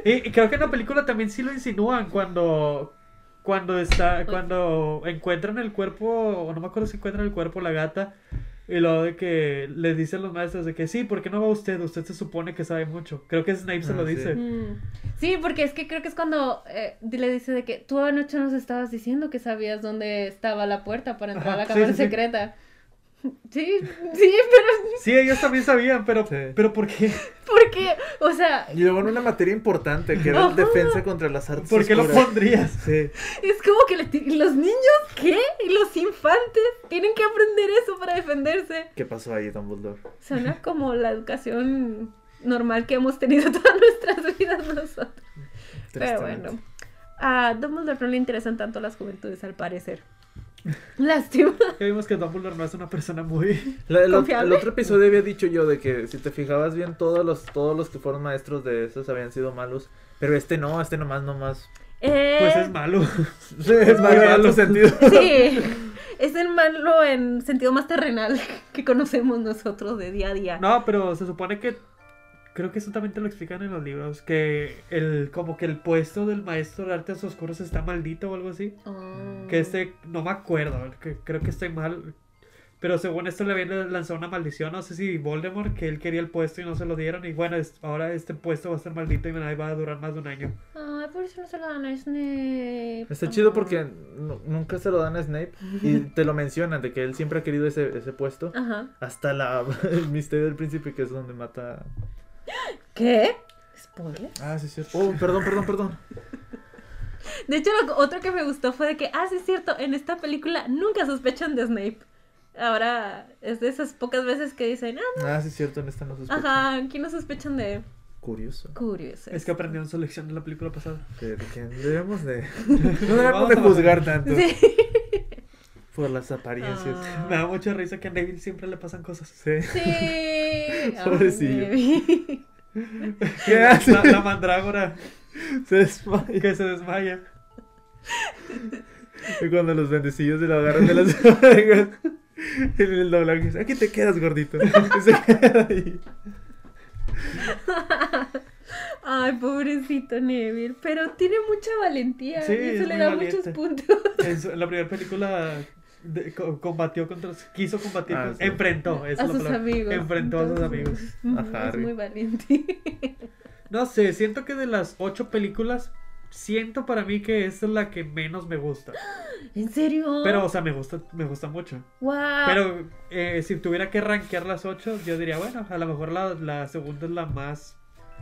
Speaker 3: Y, y creo que en la película también sí lo insinúan cuando cuando está cuando encuentran el cuerpo o no me acuerdo si encuentran el cuerpo la gata y luego de que le dicen los maestros de que sí, ¿por qué no va usted? Usted se supone que sabe mucho. Creo que Snape se
Speaker 1: Ah,
Speaker 3: lo
Speaker 1: sí.
Speaker 3: dice.
Speaker 2: Mm. Sí, porque es que creo que es cuando eh, le dice de que tú anoche nos estabas diciendo que sabías dónde estaba la puerta para entrar a la
Speaker 3: Ajá, sí,
Speaker 2: cámara
Speaker 3: sí, sí.
Speaker 2: secreta. Sí, sí, pero
Speaker 3: Sí, ellos también sabían, pero
Speaker 1: Sí.
Speaker 3: pero ¿por qué?
Speaker 2: ¿por qué? O sea,
Speaker 1: Llevó en una materia importante que era
Speaker 2: Ajá.
Speaker 1: defensa contra las artes.
Speaker 3: ¿Por qué lo
Speaker 1: oscuras.
Speaker 3: pondrías?
Speaker 1: Sí.
Speaker 2: Es como que le ti- los niños, ¿qué? Y los infantes tienen que aprender eso para defenderse.
Speaker 1: ¿Qué pasó ahí, Dumbledore?
Speaker 2: Suena como la educación normal que hemos tenido todas nuestras vidas nosotros. Pero
Speaker 1: Tristemente.
Speaker 2: bueno, a Dumbledore no le interesan tanto las juventudes al parecer. Lástima.
Speaker 3: Ya vimos que Dumbledore no es una persona muy
Speaker 1: La- el, ot-
Speaker 2: Confiable.
Speaker 1: el otro episodio había dicho yo de que si te fijabas bien, todos los, todos los que fueron maestros de esos habían sido malos. Pero este no, este nomás, nomás.
Speaker 2: Eh,
Speaker 3: pues es malo.
Speaker 1: Es
Speaker 3: malo en otro
Speaker 1: sentido.
Speaker 2: Sí, es el malo en sentido más terrenal que conocemos nosotros de día a día.
Speaker 3: No, pero se supone que creo que eso también te lo explican en los libros que el como que el puesto del maestro de artes oscuras está maldito o algo así.
Speaker 2: Oh.
Speaker 3: Que este no me acuerdo, que- creo que estoy mal. Pero según esto le habían lanzado una maldición, no sé si Voldemort, que él quería el puesto y no se lo dieron. Y bueno, es- ahora este puesto va a estar maldito y nadie va a durar más de un año.
Speaker 2: Ay, por eso no se lo dan a Snape.
Speaker 1: Está chido
Speaker 2: Ah.
Speaker 1: porque nu- nunca se lo dan a Snape y te lo mencionan de que él siempre ha querido ese, ese puesto.
Speaker 2: Ajá.
Speaker 1: Hasta la, el misterio del príncipe que es donde mata...
Speaker 2: ¿Qué? ¿Spoiler?
Speaker 1: Ah, sí, cierto. Oh, perdón, perdón, perdón.
Speaker 2: De hecho, lo otro que me gustó fue de que, ah, sí es cierto, en esta película nunca sospechan de Snape. Ahora es de esas pocas veces que dicen, ah,
Speaker 1: Ah, sí, cierto, en esta no sospecho.
Speaker 2: ajá, aquí no sospechan de
Speaker 1: Curioso.
Speaker 2: Curioso.
Speaker 3: Es que aprendieron su lección en la película pasada.
Speaker 1: Que- que debemos de... No
Speaker 3: Vamos
Speaker 1: debemos de
Speaker 3: a-
Speaker 1: juzgar tanto
Speaker 2: Sí.
Speaker 1: por las apariencias.
Speaker 2: Ah.
Speaker 3: Me da mucha risa que a Neville siempre le pasan cosas.
Speaker 1: Sí.
Speaker 2: Sí. Ay,
Speaker 1: Pobrecillo.
Speaker 2: baby.
Speaker 1: ¿Qué hace?
Speaker 3: La, la mandrágora
Speaker 1: Se desmaya.
Speaker 3: que se desmaya.
Speaker 1: Y cuando los bendecillos se lo agarran de las orejas. Y el doblaje dice, aquí te quedas gordito. Y se queda ahí.
Speaker 2: Ay, pobrecito Neville. Pero tiene mucha valentía.
Speaker 3: Sí,
Speaker 2: y eso
Speaker 3: es
Speaker 2: le
Speaker 3: muy
Speaker 2: da
Speaker 3: valiente.
Speaker 2: muchos puntos.
Speaker 3: En, su- en la primera película de- co- combatió contra. Quiso combatir.
Speaker 1: Ah,
Speaker 3: con-
Speaker 1: sí.
Speaker 3: Enfrentó. esa
Speaker 2: a
Speaker 3: es la
Speaker 2: sus
Speaker 3: palabra.
Speaker 2: amigos.
Speaker 3: Enfrentó a sus
Speaker 2: Entonces,
Speaker 3: amigos.
Speaker 2: ujú,
Speaker 1: A
Speaker 2: Es
Speaker 1: Harry.
Speaker 2: muy valiente.
Speaker 3: No sé, siento que de las ocho películas, siento para mí que esta es la que menos me gusta.
Speaker 2: ¿En serio?
Speaker 3: Pero, o sea, me gusta, me gusta mucho.
Speaker 2: Wow.
Speaker 3: Pero eh, si tuviera que rankear las ocho, yo diría, bueno, a lo mejor la, la segunda es la más...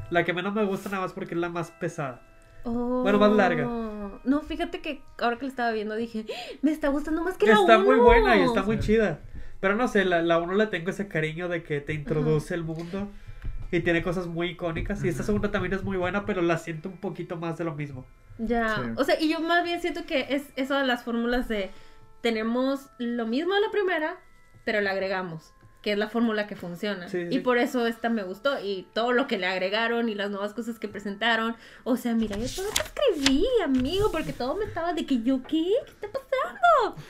Speaker 3: La que menos me gusta nada más porque es la más pesada. Bueno, más larga.
Speaker 2: Oh. No, fíjate que ahora que la estaba viendo dije, me está gustando más que la
Speaker 3: está muy
Speaker 2: uno".
Speaker 3: buena y está muy
Speaker 1: Sí.
Speaker 3: chida. Pero no sé, la, la uno le tengo ese cariño de que te introduce el mundo y tiene cosas muy icónicas. Y esta
Speaker 1: Ujú.
Speaker 3: segunda también es muy buena, pero la siento un poquito más de lo mismo.
Speaker 2: Ya.
Speaker 1: Sí.
Speaker 2: O sea, y yo más bien siento que es eso de las fórmulas de tenemos lo mismo a la primera, pero le agregamos, que es la fórmula que funciona.
Speaker 3: Sí, sí,
Speaker 2: y
Speaker 3: sí.
Speaker 2: por eso esta me gustó y todo lo que le agregaron y las nuevas cosas que presentaron. O sea, mira, yo todo te escribí, amigo, porque todo me estaba de que yo qué, ¿qué está pasando?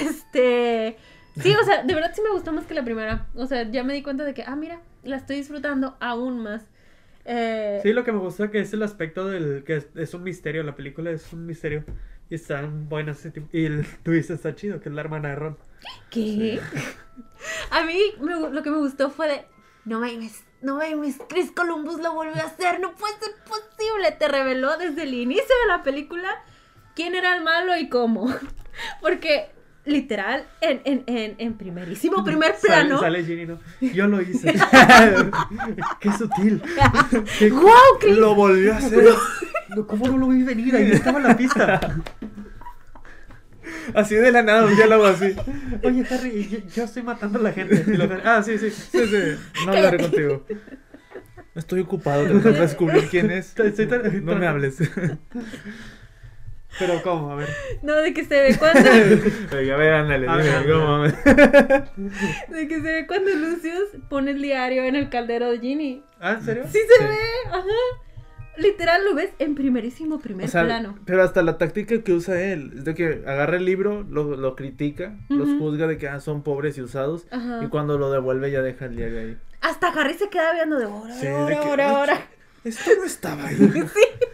Speaker 2: Este, sí, o sea, de verdad sí me gustó más que la primera. O sea, ya me di cuenta de que, ah, mira, la estoy disfrutando aún más. Eh,
Speaker 3: Sí, lo que me gusta que es el aspecto del que es, es un misterio, la película es un misterio y están buenas ese tipo- y el twist está chido, que es la hermana de Ron.
Speaker 2: ¿Qué? A mí me gu- lo que me gustó fue de. No mames, no mames, Chris Columbus lo volvió a hacer, no puede ser posible. Te reveló desde el inicio de la película quién era el malo y cómo. Porque literal, en, en, en, en primerísimo primer
Speaker 3: Sale-
Speaker 2: plano.
Speaker 3: Sale Ginny, ¿no? Yo lo hice. Qué sutil. Qué-
Speaker 2: ¡Wow, Chris!
Speaker 4: Lo volvió
Speaker 2: Ah,
Speaker 4: a hacer.
Speaker 3: No, ¿Cómo no lo vi venir? Ahí estaba la pista.
Speaker 4: Así de la nada, un diálogo así.
Speaker 3: Oye, Harry, yo, yo estoy matando a la gente. Y lo- ah, sí, sí.
Speaker 4: Sí, sí. No hablaré contigo. Estoy ocupado tratando de descubrir quién es.
Speaker 3: Estoy tan-
Speaker 4: No me hables.
Speaker 3: Pero ¿cómo? A ver.
Speaker 2: No, de que se ve cuando,
Speaker 4: Oye, a ver, ándale,
Speaker 3: A ver,
Speaker 4: dime, ¿cómo,
Speaker 3: ándale.
Speaker 4: mames?
Speaker 2: de que se ve cuando Lucius pone el diario en el caldero de Ginny.
Speaker 3: ¿Ah, en serio?
Speaker 2: Sí se
Speaker 4: Sí.
Speaker 2: ve, ajá. Literal lo ves en primerísimo primer
Speaker 1: O sea,
Speaker 2: plano.
Speaker 1: pero hasta la táctica que usa él, es de que agarra el libro, lo, lo critica, los
Speaker 2: Ujú.
Speaker 1: juzga de que ah, son pobres y usados,
Speaker 2: Ajá.
Speaker 1: y cuando lo devuelve ya deja el diario ahí.
Speaker 2: Hasta Harry se queda viendo de ahora,
Speaker 1: Sí, de
Speaker 2: ahora,
Speaker 1: que-
Speaker 2: ahora, ahora.
Speaker 1: Esto no estaba ahí.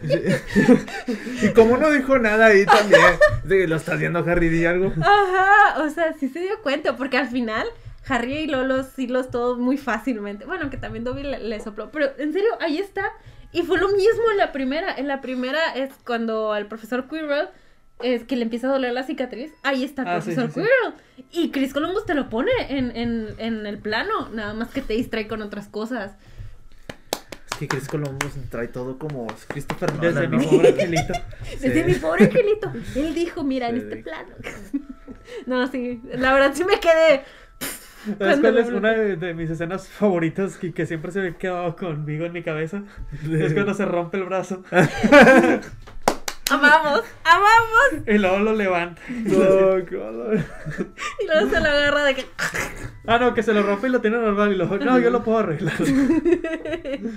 Speaker 1: y como no dijo nada ahí también, de que lo está viendo Harry di algo.
Speaker 2: Ajá, o sea, sí se dio cuenta, porque al final Harry y Lolo sí los todos muy fácilmente. Bueno, que también Dobby le, le sopló, pero en serio, ahí está. Y fue lo mismo en la primera. En la primera es cuando al profesor Quirrell es que le empieza a doler la cicatriz. Ahí está el
Speaker 3: Ah, sí,
Speaker 2: profesor
Speaker 3: sí, sí.
Speaker 2: Quirrell. Y Chris Columbus te lo pone en, en, en el plano, nada más que te distrae con otras cosas.
Speaker 1: Es Pues, que Chris Columbus trae todo como Christopher Nolan,
Speaker 3: Desde
Speaker 1: ¿no?
Speaker 3: mi pobre angelito.
Speaker 2: Desde
Speaker 1: Sí.
Speaker 2: mi pobre angelito. Él dijo, mira, en
Speaker 1: Sí.
Speaker 2: este plano. no, sí, la verdad sí me quedé.
Speaker 3: ¿Sabes
Speaker 2: Cuando
Speaker 3: cuál
Speaker 2: lo
Speaker 3: es una de, de mis escenas favoritas y que siempre se me ha quedado conmigo en mi cabeza? Es cuando se rompe el brazo
Speaker 2: Amamos, amamos.
Speaker 3: y luego lo levanta.
Speaker 1: No, qué horror.
Speaker 2: Y luego se lo agarra de que.
Speaker 3: Ah, no, que se lo rompe y lo tiene normal y luego, no, yo lo puedo arreglar.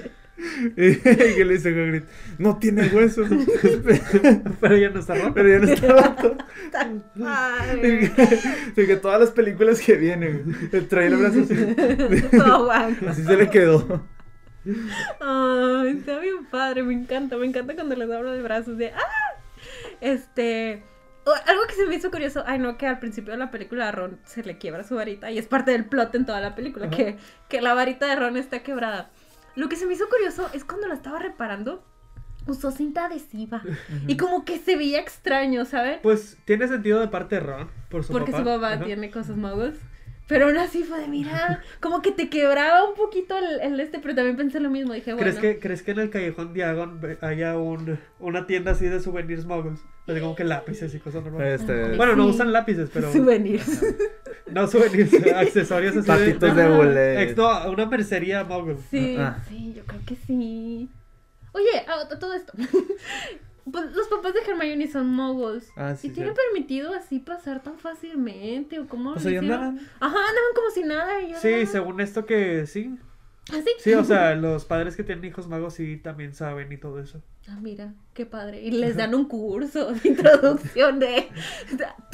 Speaker 4: Y que le dice Hagrid, no tiene hueso.
Speaker 3: Pero ya no está roto.
Speaker 4: Pero ya no está roto.
Speaker 2: Ay,
Speaker 4: De que todas las películas que vienen, el trailer brazo así,
Speaker 2: todo guango.
Speaker 4: así se le quedó.
Speaker 2: Ay, está bien padre, me encanta, me encanta cuando les hablo de brazos de ¡ah! Este. o- Algo que se me hizo curioso, ay no, que al principio de la película a Ron se le quiebra su varita y es parte del plot en toda la película,
Speaker 3: Ajá.
Speaker 2: que, que la varita de Ron está quebrada. Lo que se me hizo curioso es cuando la estaba reparando, usó cinta adhesiva y como que se veía extraño, ¿saben?
Speaker 3: Pues tiene sentido de parte de Ron, por su
Speaker 2: Porque
Speaker 3: papá.
Speaker 2: su papá
Speaker 3: Ajá.
Speaker 2: tiene cosas muggles. Pero aún así fue de, mira, como que te quebraba un poquito el, el este, pero también pensé lo mismo. Dije, bueno.
Speaker 3: ¿Crees, que, ¿Crees que en el Callejón Diagon ve- haya un, una tienda así de souvenirs muggles? Así como que lápices y cosas normales.
Speaker 1: Este,
Speaker 3: Bueno, no
Speaker 2: Sí.
Speaker 3: usan lápices, pero...
Speaker 2: Souvenirs.
Speaker 3: No souvenirs, accesorios así de-
Speaker 4: Patitos de
Speaker 3: Ex-
Speaker 4: bolet.
Speaker 3: No, una mercería muggle.
Speaker 2: Sí,
Speaker 1: Ah.
Speaker 2: sí, yo creo que sí. Oye, ah, a- a todo esto. Pues los papás de Hermione son muggles.
Speaker 1: Ah, sí,
Speaker 2: ¿Y tienen
Speaker 1: cierto.
Speaker 2: permitido así pasar tan fácilmente? ¿O cómo
Speaker 1: O
Speaker 2: lo
Speaker 1: sea, ya
Speaker 2: hicieron?
Speaker 1: Pues, andaban.
Speaker 2: Ajá, andaban como si nada. Y yo
Speaker 3: Sí,
Speaker 2: andaba-
Speaker 3: según esto que sí.
Speaker 2: ¿Ah, sí?
Speaker 3: Sí, o sea, los padres que tienen hijos magos sí también saben y todo eso.
Speaker 2: Ah, mira, qué padre. Y les dan un curso de introducción de...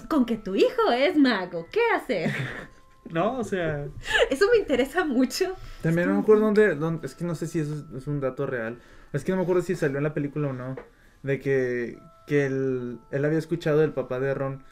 Speaker 2: Con que tu hijo es mago, ¿qué hacer?
Speaker 3: ¿No? O sea,
Speaker 2: Eso me interesa mucho.
Speaker 1: También no me acuerdo dónde, dónde- es que no sé si eso es, es un dato real. Es que no me acuerdo si salió en la película o no, de que, que él, él había escuchado del papá de Ron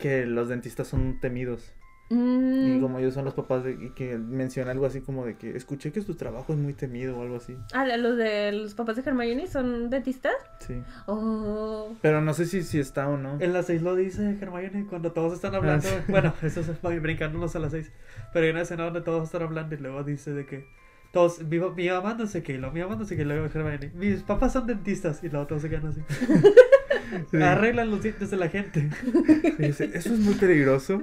Speaker 1: que los dentistas son temidos. Y
Speaker 2: Mm,
Speaker 1: como ellos son los papás, de, y que menciona algo así como de que escuché que su trabajo es muy temido o algo así.
Speaker 2: ah, los de los papás de Hermione son dentistas.
Speaker 1: Sí.
Speaker 2: Oh,
Speaker 1: Pero no sé si, si está o no.
Speaker 3: en las seis lo dice Hermione cuando todos están hablando.
Speaker 1: Ah, sí.
Speaker 3: Bueno, eso es voy brincándonos a las seis. Pero hay una escena donde todos están hablando y luego dice de que todos, mi, ma- mi mamá no sé qué, y lo, mi mamá no sé qué, y luego Hermione, mis papás son dentistas y los otros se quedan así. Arreglan los dientes de la gente.
Speaker 4: Y dice, eso es muy peligroso.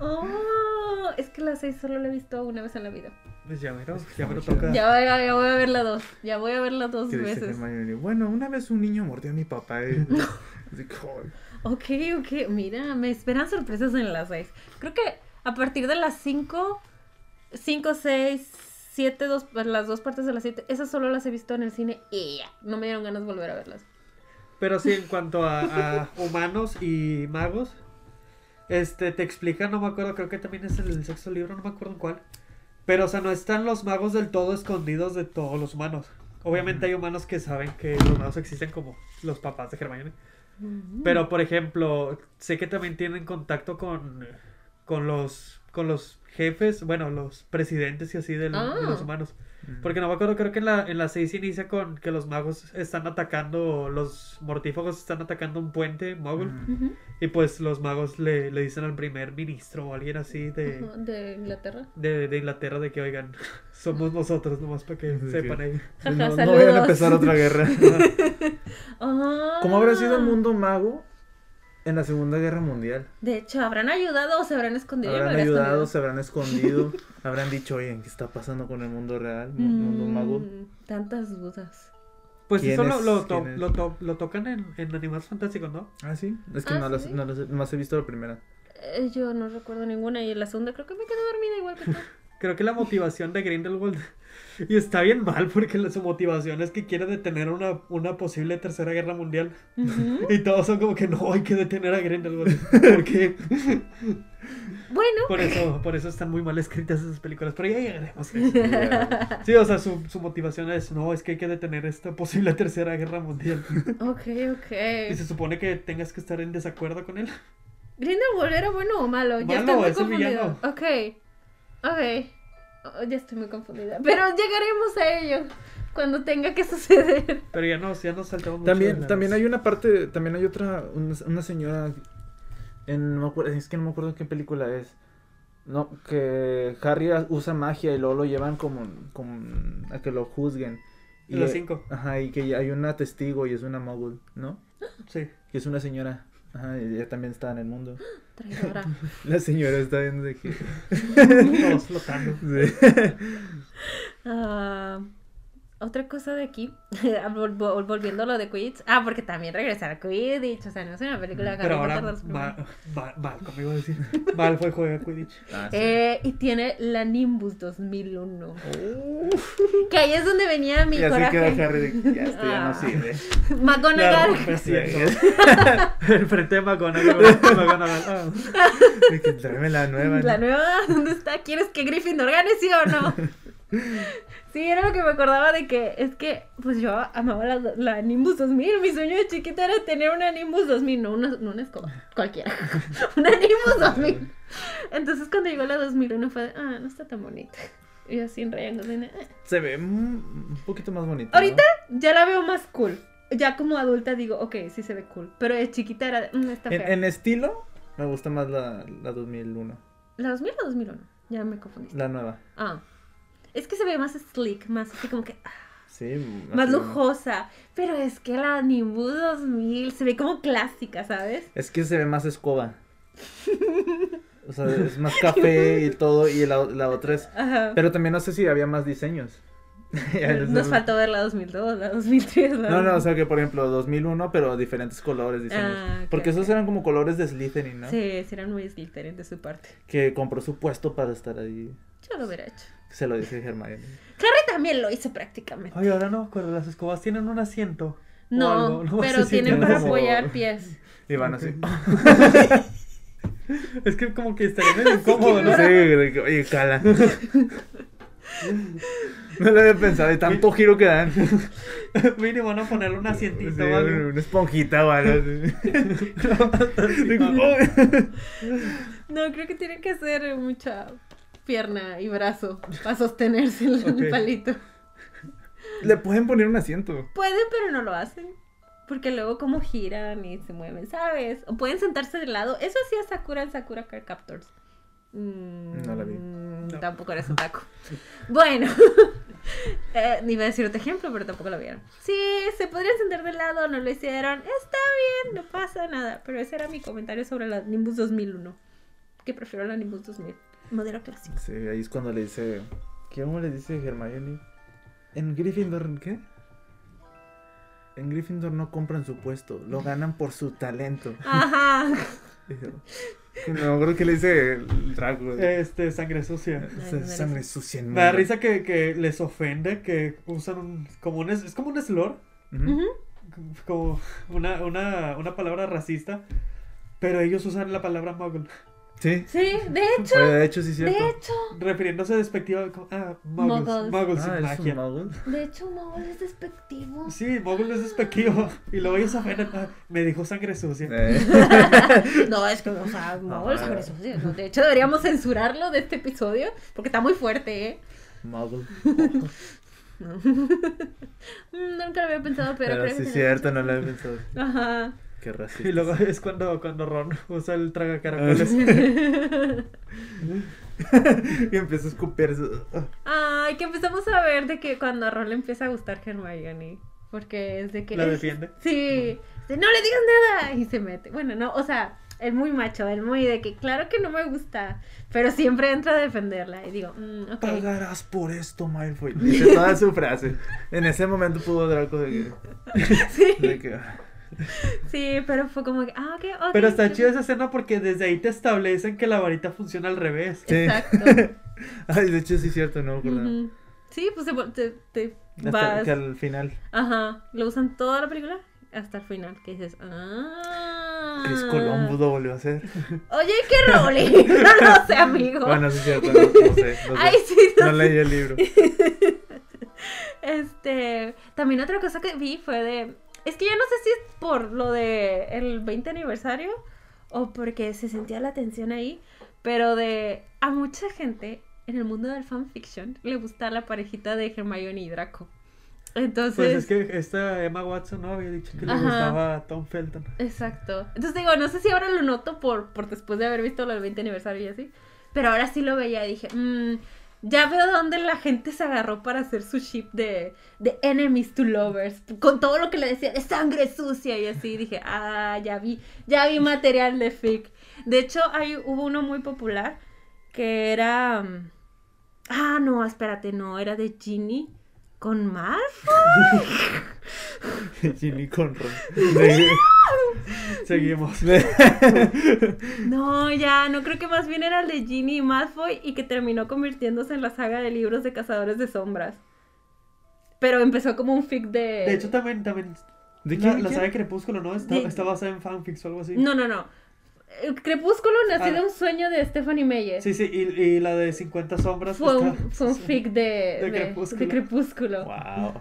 Speaker 2: oh, es que la 6 solo la he visto una vez en la vida.
Speaker 3: Pues ya menos, ya menos
Speaker 1: Ah.
Speaker 3: toca.
Speaker 2: Ya voy, a- ya voy a ver la dos. Ya voy a verla dos
Speaker 4: Que dice
Speaker 2: veces.
Speaker 4: Hermione, bueno, una vez un niño mordió a mi papá. Y, Así, "Joder".
Speaker 2: Ok, ok. Mira, me esperan sorpresas en la 6. Creo que a partir de las 5, 5, 6, 7, dos, pues, las dos partes de las 7, esas solo las he visto en el cine y ya. No me dieron ganas de volver a verlas.
Speaker 3: Pero sí, en cuanto a, a humanos y magos, este, te explica, no me acuerdo, creo que también es en el sexto libro, no me acuerdo en cuál. Pero, o sea, no están los magos del todo escondidos de todos los humanos. Obviamente hay humanos que saben que los magos existen como los papás de Hermione. Pero, por ejemplo, sé que también tienen contacto con, con los, con los jefes, bueno, los presidentes y así del-
Speaker 2: Ah.
Speaker 3: de los humanos.
Speaker 1: Mm.
Speaker 3: Porque no me acuerdo, creo que en la, en la 6 inicia con que los magos están atacando, los mortífagos están atacando un puente mogul.
Speaker 1: Mm.
Speaker 2: Ujú.
Speaker 3: Y pues los magos le, le dicen al primer ministro o alguien así
Speaker 1: eh,
Speaker 3: de,
Speaker 2: Ajá, de Inglaterra.
Speaker 3: de, de Inglaterra de que, oigan, somos nosotros, nomás para que
Speaker 1: Sí,
Speaker 3: sepan ahí.
Speaker 2: Ajá,
Speaker 1: no, no
Speaker 2: saludos.
Speaker 1: vayan a empezar otra guerra.
Speaker 2: Ah.
Speaker 1: ¿Cómo habrá sido el mundo mago en la Segunda Guerra Mundial?
Speaker 2: Ah, De hecho, ¿habrán ayudado o se habrán escondido? Yo me
Speaker 1: Habrán
Speaker 2: habría
Speaker 1: ayudado, se
Speaker 2: escondido.
Speaker 1: habrán escondido, habrán dicho, oye, ¿qué está pasando con el mundo real? mu- mundo mago.
Speaker 2: Mm, Tantas dudas.
Speaker 3: Pues eso
Speaker 1: ¿Quién
Speaker 3: lo,
Speaker 1: es-
Speaker 3: lo, to-
Speaker 1: quién es?
Speaker 3: lo, to- lo tocan en, en Animales Fantásticos, ¿no?
Speaker 1: Ah, sí. Es que
Speaker 2: Ah,
Speaker 1: no, las-
Speaker 2: sí.
Speaker 1: no las- nomás he visto la primera.
Speaker 2: Eh, yo no recuerdo ninguna y en la segunda creo que me quedé dormida igual que tú.
Speaker 3: Creo que la motivación de Grindelwald. Y está bien mal porque la- su motivación es que quiere detener una, una posible tercera guerra mundial.
Speaker 2: Ujú.
Speaker 3: Y todos son como que no, hay que detener a Grindelwald. Porque
Speaker 2: Bueno,
Speaker 3: por eso, por eso están muy mal escritas esas películas. Pero ya llegaremos.
Speaker 1: Ya,
Speaker 3: Sí, o sea, su, su motivación es, no, es que hay que detener esta posible tercera guerra mundial.
Speaker 2: ok,
Speaker 3: Y se
Speaker 2: ok.
Speaker 3: supone que tengas que estar en desacuerdo con él.
Speaker 2: ¿Grindelwald era bueno o malo? Ya
Speaker 3: Malo,
Speaker 2: estoy muy
Speaker 3: es un
Speaker 2: confundida.
Speaker 3: villano.
Speaker 2: Ok, ok. Oh, ya estoy muy confundida. Pero llegaremos a ello cuando tenga que suceder.
Speaker 3: Pero ya nos, ya nos saltamos mucho de
Speaker 1: También,
Speaker 3: las-
Speaker 1: también hay una parte, también hay otra, una, una señora, en, no me acuerdo- es que no me acuerdo en qué película es, no, que Harry a- usa magia y luego lo llevan como, como a que lo juzguen. e,
Speaker 3: En los cinco.
Speaker 1: Ajá, y que hay una testigo y es una mogul, ¿no?
Speaker 3: Sí.
Speaker 1: Que es una señora, ajá, y ella también está en el mundo.
Speaker 2: Traidora.
Speaker 1: La señora está viendo de que...
Speaker 3: Todos flotando.
Speaker 1: Sí.
Speaker 2: Ah, otra cosa de aquí, vol- vol- volviendo a lo de Quidditch. Ah, porque también regresar a Quidditch. O sea, no es una película de Harry
Speaker 3: Pero ahora
Speaker 2: Potter de los primeros.
Speaker 3: mal, mal, como iba a decir. Mal fue juega Quidditch.
Speaker 1: Ah, sí.
Speaker 2: Eh, y tiene la Nimbus 2001. Que ahí es donde venía mi
Speaker 1: y así queda
Speaker 2: coraje.
Speaker 1: Harry de que ya, esto ya no
Speaker 2: Ah.
Speaker 1: sirve.
Speaker 2: McGonagall.
Speaker 3: El frente de McGonagall. McGonagall. Ah.
Speaker 1: De que tráeme la nueva.
Speaker 2: La
Speaker 1: ¿no?
Speaker 2: nueva, ¿dónde está? ¿Quieres que Gryffindor gane, sí o no? Sí, era lo que me acordaba de que es que, pues yo amaba la, la Nimbus 2000. Mi sueño de chiquita era tener una Nimbus 2000, no una, no una escoba, cualquiera. una Nimbus 2000. Entonces, cuando llegó la 2001, fue de, ah, no está tan bonita. Y así en rayando, de, "Ah".
Speaker 1: Se ve un un poquito más bonito. ¿no?
Speaker 2: Ahorita ya la veo más cool. Ya como adulta digo, ok, sí se ve cool. Pero de chiquita era, de, "Mm, está
Speaker 1: En,
Speaker 2: fea.
Speaker 1: en estilo, me gusta más la, la 2001,
Speaker 2: ¿La 2000 o 2001? Ya me confundí.
Speaker 1: la nueva.
Speaker 2: Ah. Es que se ve más sleek, más así como que ah,
Speaker 1: Sí,
Speaker 2: más
Speaker 1: así,
Speaker 2: lujosa. Pero es que la Nimbus 2000 se ve como clásica, ¿sabes?
Speaker 1: Es que se ve más escoba. O sea, es más café y todo, y la, la otra es...
Speaker 2: Ajá.
Speaker 1: Pero también no sé si había más diseños. Ya les-
Speaker 2: Nos faltó ver la 2002, la 2003. la
Speaker 1: No, no, o
Speaker 2: 2000.
Speaker 1: sea que por ejemplo 2001, pero diferentes colores, diseños.
Speaker 2: Ah, ok,
Speaker 1: Porque esos
Speaker 2: ok.
Speaker 1: eran como colores de Slytherin, ¿no?
Speaker 2: Sí, sí, eran muy Slytherin de su parte.
Speaker 1: Que compró su puesto para estar ahí.
Speaker 2: Yo lo hubiera hecho.
Speaker 1: Se lo dije a Hermione.
Speaker 2: Harry también lo hizo prácticamente.
Speaker 3: Ay, ahora no me acuerdo. Las escobas tienen un asiento. o
Speaker 2: No,
Speaker 3: algo, no sé
Speaker 2: pero
Speaker 3: si
Speaker 2: tienen
Speaker 1: tiene
Speaker 2: para
Speaker 1: como-
Speaker 2: apoyar pies.
Speaker 1: Y van así.
Speaker 3: Es que como que estaría medio incómodo, ¿no?
Speaker 1: Sí, de que, oye, cala. No lo había pensado, de tanto giro que dan.
Speaker 3: Mínimo, van a ponerle un asientito
Speaker 1: Sí,
Speaker 3: o algo.
Speaker 1: una esponjita o algo así. Digo, "Oh".
Speaker 2: No, creo que tienen que hacer mucha pierna y brazo para sostenerse el
Speaker 3: Ok.
Speaker 2: palito.
Speaker 1: Le pueden poner un asiento.
Speaker 2: Pueden, pero no lo hacen. Porque luego como giran y se mueven, ¿sabes? O pueden sentarse de lado. Eso hacía Sakura en Sakura Card Captors. Mm,
Speaker 1: No la vi.
Speaker 3: No.
Speaker 2: Tampoco era taco. bueno. eh, iba a decir otro ejemplo, pero tampoco lo vieron. Sí, se podrían sentar de lado, no lo hicieron. Está bien, no pasa nada. Pero ese era mi comentario sobre la Nimbus 2001. Que prefiero la Nimbus 2000. Modelo clásico.
Speaker 1: Sí, ahí es cuando le dice. ¿Qué cómo le dice Hermione? En Gryffindor, ¿qué? En Gryffindor no compran su puesto, lo ganan por su talento.
Speaker 2: Ajá.
Speaker 1: Dijo. No me acuerdo que le dice el Draco.
Speaker 3: Este, sangre sucia.
Speaker 1: O sea, Sangre sucia en
Speaker 3: Me da risa que, que les ofende que usan un, como un es, es como un slur,
Speaker 1: Ujú.
Speaker 2: Ujú.
Speaker 3: como una, una, una palabra racista, pero ellos usan la palabra muggle.
Speaker 1: Sí.
Speaker 2: Sí, de hecho,
Speaker 1: Oye, de hecho, sí es
Speaker 2: de
Speaker 1: cierto.
Speaker 2: hecho,
Speaker 3: Refiriéndose despectivamente como, ah, muggles,
Speaker 2: Muggles.
Speaker 3: muggles, sin
Speaker 1: Ah, es
Speaker 3: magia.
Speaker 1: un muggle.
Speaker 2: de hecho, Mowgli es despectivo.
Speaker 3: Sí, Mowgli es despectivo. Y luego ellos apenas, ah, me dijo sangre sucia.
Speaker 1: Eh,
Speaker 2: No, es que, o sea, Mowgli es
Speaker 1: Ah.
Speaker 2: sobresucio, ¿no? De hecho, deberíamos censurarlo de este episodio porque está muy fuerte, ¿eh?
Speaker 1: muggle.
Speaker 2: No. Mm, Nunca lo había pensado, pero,
Speaker 1: Pero
Speaker 2: creo
Speaker 1: sí
Speaker 2: que-
Speaker 1: es cierto, no lo había pensado.
Speaker 2: Ajá.
Speaker 1: Qué racista.
Speaker 3: Y luego es cuando, cuando Ron usa el traga
Speaker 1: Ah. y empezó a escupir. "Ah, su-
Speaker 2: Ay, que empezamos a ver de que cuando a Ron le empieza a gustar Hermione. Porque es de que.
Speaker 3: La defiende.
Speaker 2: Sí. de, no le digas nada. Y se mete. Bueno, no, o sea, el muy macho, el muy de que claro que no me gusta. Pero siempre entra a defenderla. Y digo, mm, ok.
Speaker 1: Pagarás por esto, Malfoy. Dice toda su frase. En ese momento pudo Draco de que. "Ah,
Speaker 2: Sí,
Speaker 1: De que
Speaker 2: sí, pero fue como que. Ah, ok, ok.
Speaker 3: Pero está
Speaker 2: sí".
Speaker 3: chida esa escena porque desde ahí te establecen que la varita funciona al revés.
Speaker 1: Sí.
Speaker 2: Exacto.
Speaker 1: Ay, de hecho sí es cierto, no me acordaba.
Speaker 2: Ujú. Sí, pues se vol- te, te
Speaker 1: Hasta
Speaker 2: vas.
Speaker 1: que al final.
Speaker 2: Ajá. Lo usan toda la película hasta el final. Que dices, ah.
Speaker 1: Chris Columbus lo volvió a hacer.
Speaker 2: Oye, qué Rowling. No lo sé, amigo.
Speaker 1: Bueno, sí es cierto, no, no sé. No, sé.
Speaker 2: Ay, sí, no
Speaker 1: No
Speaker 2: sé.
Speaker 1: leí el libro.
Speaker 2: Este, también otra cosa que vi fue de, es que ya no sé si es por lo de el 20 aniversario o porque se sentía la tensión ahí, pero de a mucha gente en el mundo del fanfiction le gusta la parejita de Hermione y Draco. Entonces,
Speaker 3: Pues es que esta Emma Watson no había dicho que le
Speaker 2: Ajá.
Speaker 3: gustaba a Tom Felton.
Speaker 2: exacto. Entonces digo, no sé si ahora lo noto por, por después de haber visto lo del 20 aniversario y así, pero ahora sí lo veía y dije, "Mm, ya veo dónde la gente se agarró para hacer su ship de, de enemies to lovers. Con todo lo que le decía de sangre sucia y así. Dije, ah, ya vi, ya vi material de fic. De hecho, hay, hubo uno muy popular que era. mm, Ah, no, espérate, no, era de Ginny con Marv.
Speaker 1: Ginny Conroy.
Speaker 3: Seguimos.
Speaker 2: No, ya, no creo que más bien era el de Ginny y Malfoy y que terminó convirtiéndose en la saga de libros de cazadores de sombras. Pero empezó como un fic de.
Speaker 3: De hecho, también, también
Speaker 1: ¿De
Speaker 3: la,
Speaker 1: quién?
Speaker 3: la
Speaker 1: quién?
Speaker 3: saga de Crepúsculo, ¿no? Está,
Speaker 2: De-
Speaker 3: está basada en fanfics o algo así.
Speaker 2: No, no, no. El Crepúsculo nació
Speaker 3: Ah.
Speaker 2: de un sueño de Stephanie Meyer.
Speaker 3: Sí, sí, y, y la de 50 sombras. pues
Speaker 2: Fue
Speaker 3: está-
Speaker 2: un, fue un
Speaker 3: sí.
Speaker 2: fic de, de,
Speaker 3: De
Speaker 2: de Crepúsculo.
Speaker 3: Crepúsculo.
Speaker 1: Wow.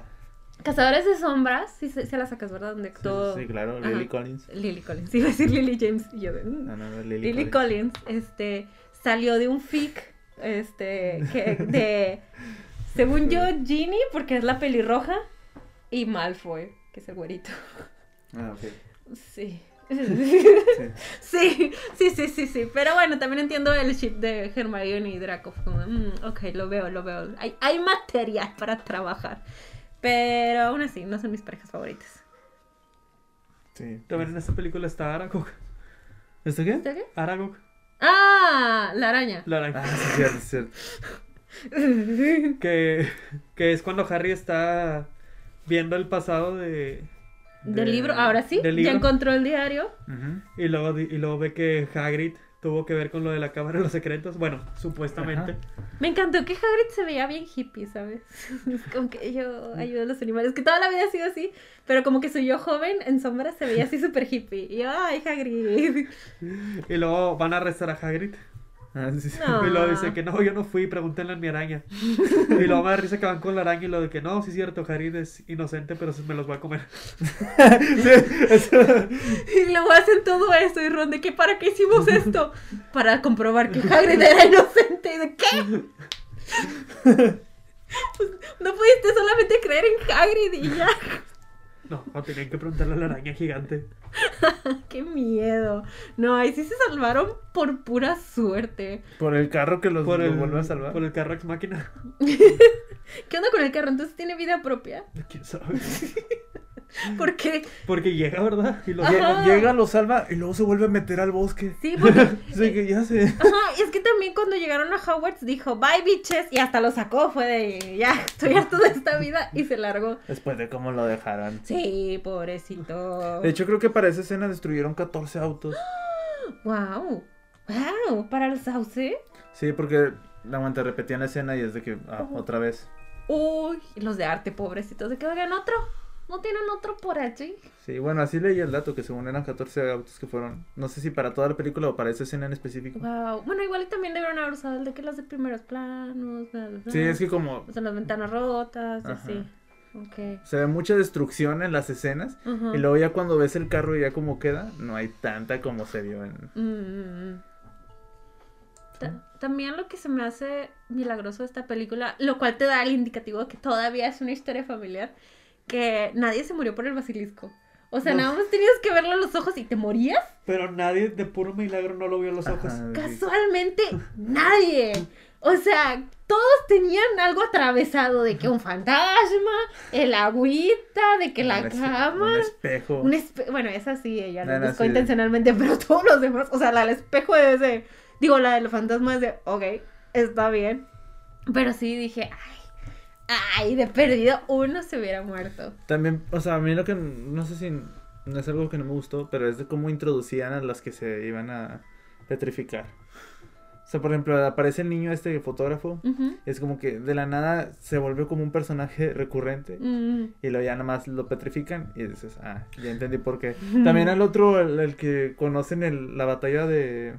Speaker 2: Cazadores de sombras, sí, se, se la sacas, ¿verdad? Donde actuó
Speaker 1: Sí, sí, claro,
Speaker 2: Ajá.
Speaker 1: Lily Collins.
Speaker 2: Lily Collins. Iba a decir Lily James y yo de, mm.
Speaker 1: Ah, No, no, no,
Speaker 2: Lily,
Speaker 1: Lily, Collins.
Speaker 2: Collins. este, salió de un fic, este, que de, según yo, Ginny, porque es la pelirroja, y Malfoy, que es el güerito.
Speaker 1: Ah, ok.
Speaker 2: Sí.
Speaker 1: Sí.
Speaker 2: Sí, sí, sí, sí, sí. Pero bueno, también entiendo el ship de Hermione y Draco. Fue como, "Mm, ok, lo veo, lo veo. Hay, hay material para trabajar. Pero aún así, no son mis parejas favoritas.
Speaker 1: Sí.
Speaker 3: También en esta película está Aragog.
Speaker 1: ¿Esto qué?
Speaker 2: ¿Está bien?
Speaker 3: Aragog,
Speaker 2: Ah, la araña.
Speaker 3: la araña.
Speaker 1: Ah, sí, es cierto, es cierto.
Speaker 3: Que, que es cuando Harry está viendo el pasado de.
Speaker 2: Del libro, ahora sí,
Speaker 3: del
Speaker 2: ya
Speaker 3: libro.
Speaker 2: encontró el diario.
Speaker 1: Ujú.
Speaker 3: Y luego, di- y luego ve que Hagrid tuvo que ver con lo de la Cámara de los Secretos. Bueno, supuestamente.
Speaker 2: Me encantó que Hagrid se veía bien hippie, ¿sabes? Es como que yo ayudo a los animales, que toda la vida ha sido así, pero como que soy yo joven en sombra se veía así súper hippie. Y yo, ay, Hagrid.
Speaker 3: Y luego van a arrestar a Hagrid.
Speaker 1: Ah, sí, sí.
Speaker 2: No.
Speaker 3: Y luego dice que no, yo no fui, pregúntenle a mi araña. y luego me da risa que van con la araña y lo de que no, sí es cierto, Hagrid es inocente, pero se- me los va a comer.
Speaker 2: Y luego hacen todo esto y Ron de que, ¿para qué hicimos esto? Para comprobar que Hagrid era inocente. ¿Y de qué? No pudiste solamente creer en Hagrid y ya.
Speaker 3: No, no tenían que preguntarle a la araña gigante.
Speaker 2: ¡Qué miedo! No, ahí sí se salvaron por pura suerte.
Speaker 1: Por el carro que los,
Speaker 3: Por
Speaker 1: los
Speaker 3: el,
Speaker 1: vuelve a salvar.
Speaker 3: por el carro ex máquina.
Speaker 2: ¿Qué onda con el carro? Entonces tiene vida propia.
Speaker 3: ¿Quién sabe?
Speaker 2: ¿Por qué?
Speaker 3: Porque llega, ¿verdad? Y los
Speaker 2: Ajá.
Speaker 1: Llega, llega, lo salva y luego se vuelve a meter al bosque.
Speaker 2: Sí, porque.
Speaker 1: Sí, que ya se.
Speaker 2: Ajá, es que también cuando llegaron a Hogwarts dijo, bye bitches, y hasta lo sacó, fue de, ya, estoy harto de esta vida, y se largó.
Speaker 1: Después de cómo lo dejaron.
Speaker 2: Sí, pobrecito.
Speaker 1: De hecho, creo que para esa escena destruyeron 14 autos.
Speaker 2: Wow. Wow, para el sauce.
Speaker 1: Sí, porque la aguanta repetían la escena y es de que, ah, otra vez.
Speaker 2: Uy, y los de arte, pobrecitos, de que hagan otro. ¿No tienen otro por allí?
Speaker 1: Sí, bueno, así leí el dato que según eran 14 autos que fueron. No sé si para toda la película o para esa escena en específico.
Speaker 2: Wow. Bueno, igual y también debieron haber usado el de que las de primeros planos. bla, bla, bla.
Speaker 1: Sí, es que como
Speaker 2: O sea, las ventanas rotas y
Speaker 1: Ajá.
Speaker 2: así. Ok.
Speaker 1: se ve mucha destrucción en las escenas.
Speaker 2: Ajá.
Speaker 1: Y luego ya cuando ves el carro y ya como queda, no hay tanta como se vio en...
Speaker 2: Mm, mm, mm. Ta- También lo que se me hace milagroso de esta película, lo cual te da el indicativo de que todavía es una historia familiar, que nadie se murió por el basilisco. O sea,
Speaker 3: No.
Speaker 2: nada más tenías que verlo a los ojos y te morías.
Speaker 3: Pero nadie de puro milagro no lo vio a los ojos.
Speaker 1: Ajá, sí.
Speaker 2: Casualmente, nadie. O sea, todos tenían algo atravesado de que un fantasma, el agüita, de que la
Speaker 1: Un espe-
Speaker 2: cama.
Speaker 1: Un espejo.
Speaker 2: Un espe- bueno, esa sí, ella la
Speaker 1: No, no,
Speaker 2: buscó
Speaker 1: sí.
Speaker 2: intencionalmente, pero todos los demás, o sea, la del espejo es de, digo, la del fantasma es de, ok, está bien. Pero sí dije, ay, ay, de perdido uno se hubiera muerto.
Speaker 1: También, o sea, a mí lo que no sé si no es algo que no me gustó, pero es de cómo introducían a las que se iban a petrificar. O sea, por ejemplo, aparece el niño este fotógrafo,
Speaker 2: Ujú.
Speaker 1: es como que de la nada se volvió como un personaje recurrente
Speaker 2: Mm,
Speaker 1: y luego ya nada más lo petrifican y dices, ah, ya entendí por qué. También al otro, el, el que conocen el- la batalla de,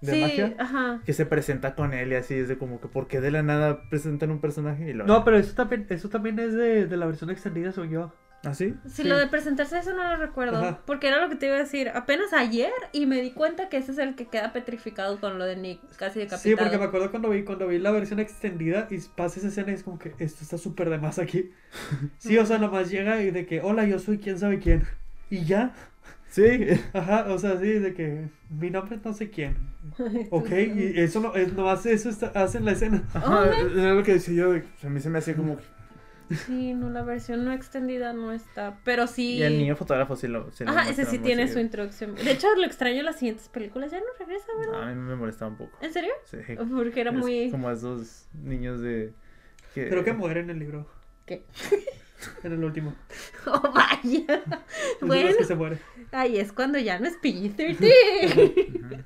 Speaker 1: de
Speaker 2: sí,
Speaker 1: magia,
Speaker 2: ajá.
Speaker 1: que se presenta con él y así es de como que, ¿por qué de la nada presentan un personaje y lo...
Speaker 3: No, pero eso también, eso también es de, de la versión extendida, soy yo.
Speaker 1: ¿Así?
Speaker 2: Sí,
Speaker 3: Sí.
Speaker 2: lo de presentarse eso no lo recuerdo,
Speaker 3: Ajá.
Speaker 2: porque era lo que te iba a decir apenas ayer y me di cuenta que ese es el que queda petrificado con lo de Nick, casi
Speaker 3: Sí,
Speaker 2: decapitado.
Speaker 3: porque me acuerdo cuando vi, cuando vi la versión extendida y pasa esa escena y es como que esto está súper de más aquí. Sí, o sea, nomás llega y de que, hola, yo soy quién sabe quién. Y ya,
Speaker 1: Sí.
Speaker 3: ajá, o sea, sí, de que mi nombre es no sé quién. Ok, y eso no, es, nomás eso está, hacen la escena.
Speaker 2: Oh,
Speaker 1: Ajá, era lo que decía yo, de- a mí se me hacía como... que-
Speaker 2: Sí, no, la versión no extendida no está, pero sí...
Speaker 1: Y el niño fotógrafo sí lo... sí lo
Speaker 2: Ajá, ese
Speaker 1: muestran
Speaker 2: sí
Speaker 1: muy
Speaker 2: tiene su
Speaker 1: seguido.
Speaker 2: introducción. De hecho, lo extraño las siguientes películas. Ya no regresa, ¿verdad?
Speaker 1: No, a mí me molestaba un poco.
Speaker 2: ¿En serio?
Speaker 1: Sí.
Speaker 2: Porque era
Speaker 1: Es
Speaker 2: muy...
Speaker 1: Como esos niños de... Que...
Speaker 3: Creo que muere en el libro,
Speaker 2: ¿Qué?
Speaker 3: en el último.
Speaker 2: ¡Oh, vaya!
Speaker 3: Es de
Speaker 2: bueno,
Speaker 3: los que se muere.
Speaker 2: ahí es cuando ya no es PG-13.
Speaker 1: Ujú.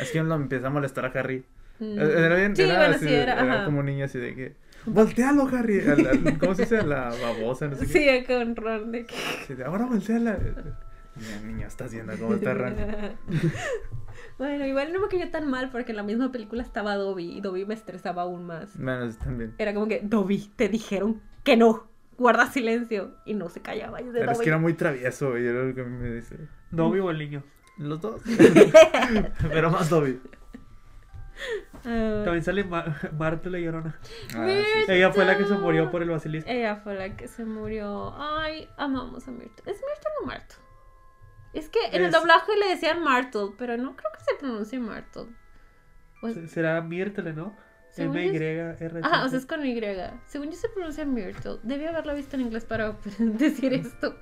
Speaker 1: Es que lo empieza a molestar a Harry. Eh,
Speaker 2: Mm.
Speaker 1: Era bien,
Speaker 2: Sí,
Speaker 1: era,
Speaker 2: bueno,
Speaker 1: así
Speaker 2: sí,
Speaker 1: de-
Speaker 2: era, ajá.
Speaker 1: como un niño así de que... ¡Voltealo, Harry! A la- ¿Cómo se dice? A La babosa, no sé qué.
Speaker 2: Sí, con Ron de que...
Speaker 1: Así de, Ahora volteala. Niña, niña, estás viendo cómo está Ron.
Speaker 2: bueno, igual no me cayó tan mal porque en la misma película estaba Dobby y Dobby me estresaba aún más.
Speaker 1: Bueno, sí, también.
Speaker 2: Era como que, Dobby, te dijeron que no. Guarda silencio. Y no se callaba. Y yo de,
Speaker 1: Pero es
Speaker 2: "Dobby,
Speaker 1: que era muy travieso, y era lo que me dice.
Speaker 3: No vivo el niño.
Speaker 1: Los dos. Pero más Dobby.
Speaker 2: ah,
Speaker 3: También sale Ma- Marta la llorona.
Speaker 1: Ah, sí, sí.
Speaker 3: Ella fue la que se murió por el basilisco.
Speaker 2: Ella fue la que se murió. Ay, amamos a Myrtle. ¿Es Myrtle o Martle? Es que en el
Speaker 3: Es-
Speaker 2: doblaje le decían Martle, pero no creo que se pronuncie Martle. O es-
Speaker 3: Será Myrtle, ¿no?
Speaker 2: Eh, según yo es-
Speaker 3: M-Y-R.
Speaker 2: Ajá, o sea, es con Y. Según yo se pronuncia Myrtle. Debí haberla visto en inglés para decir esto.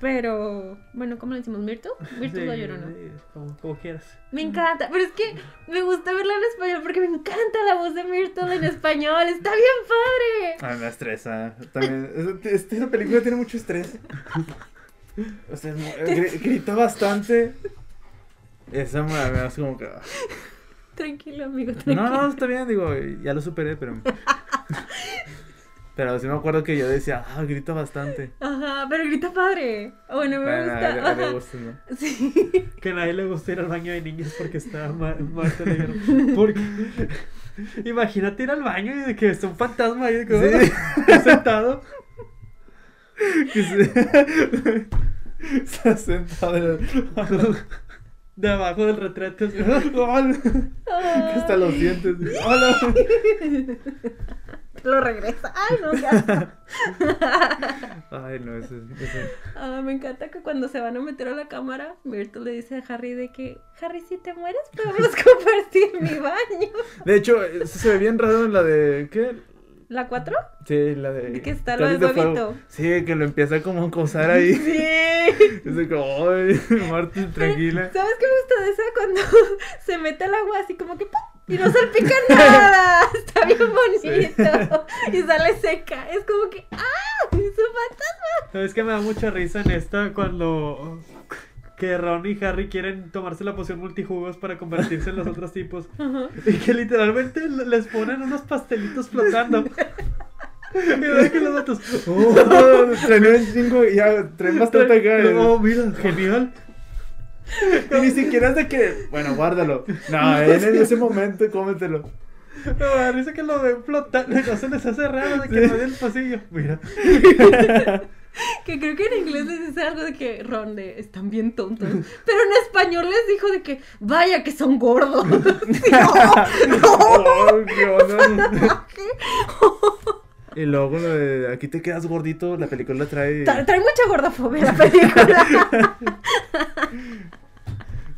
Speaker 2: Pero, bueno, ¿cómo le decimos? ¿Myrtle? Myrtle
Speaker 3: Sí,
Speaker 2: la llorona.
Speaker 3: sí, como, como quieras.
Speaker 2: Me encanta, pero es que me gusta verla en español porque me encanta la voz de Myrtle en español. Está bien padre.
Speaker 1: Ah, me estresa. También. es- es- Esta película tiene mucho estrés. O sea, es mu- eh, gri- grita bastante. Esa me me hace como que. ah.
Speaker 2: Tranquilo, amigo, tranquilo.
Speaker 1: No, no, está bien, digo, ya lo superé, pero. Pero sí me acuerdo que yo decía, ah, grita bastante.
Speaker 2: Ajá, pero grita padre. Ah, Bueno, me
Speaker 1: Bueno,
Speaker 2: gusta.
Speaker 1: a- a- a-
Speaker 2: ajá.
Speaker 1: le gusta, ¿no?
Speaker 2: Sí.
Speaker 3: Que a nadie le gusta ir al baño de niños porque está Ma- Marta la llorona. Porque. Imagínate ir al baño y de que está un fantasma ahí de que, sentado.
Speaker 1: Que se- Se ha sentado en el-
Speaker 3: De abajo del retrato. así.
Speaker 2: Ah,
Speaker 1: que hasta los dientes. Hola.
Speaker 2: Lo regresa. Ay, no, ya.
Speaker 1: Ay, no, eso es. eso-
Speaker 2: Ah, me encanta que cuando se van a meter a la cámara, Myrtle le dice a Harry de que, Harry, si te mueres, podemos compartir mi baño.
Speaker 1: De hecho, eso se ve bien raro en la de. ¿Qué?
Speaker 2: ¿La 4?
Speaker 1: Sí, la de.
Speaker 2: Que está lo del
Speaker 1: Cáliz de Fuego.
Speaker 2: huevito.
Speaker 1: Sí, que lo empieza como a acosar ahí.
Speaker 2: Sí.
Speaker 1: Es de como, ay, Marta, tranquila.
Speaker 2: ¿Sabes qué me gusta de esa? Cuando se mete al agua así como que ¡pum! y no salpica nada. Está bien bonito. Y sale seca. Es como que ¡ah! ¡Es un fantasma!
Speaker 3: ¿Sabes que me da mucha risa en esta cuando. Que Ron y Harry quieren tomarse la poción multijugos para convertirse en los otros tipos.
Speaker 2: Ajá.
Speaker 3: Y que literalmente les ponen unos pastelitos flotando. Y luego que los datos.
Speaker 1: Oh, traen un chingo y ya traen bastante acá.
Speaker 3: Oh, mira, genial.
Speaker 1: Y ni siquiera es de que, bueno, guárdalo. No, en ese momento cómetelo.
Speaker 3: No, me da risa Ah, que lo ven flotar. No se les hace raro de que
Speaker 1: Sí.
Speaker 3: lo den el pasillo. Mira.
Speaker 2: Que creo que en inglés les dice algo de que Ron de están bien tontos. Pero en español les dijo de que vaya que son gordos. Sí, no, no.
Speaker 1: Oh, qué onda.
Speaker 2: ¿Qué?
Speaker 1: Y luego lo de aquí te quedas gordito, la película trae.
Speaker 2: Tra- trae mucha gordofobia la película.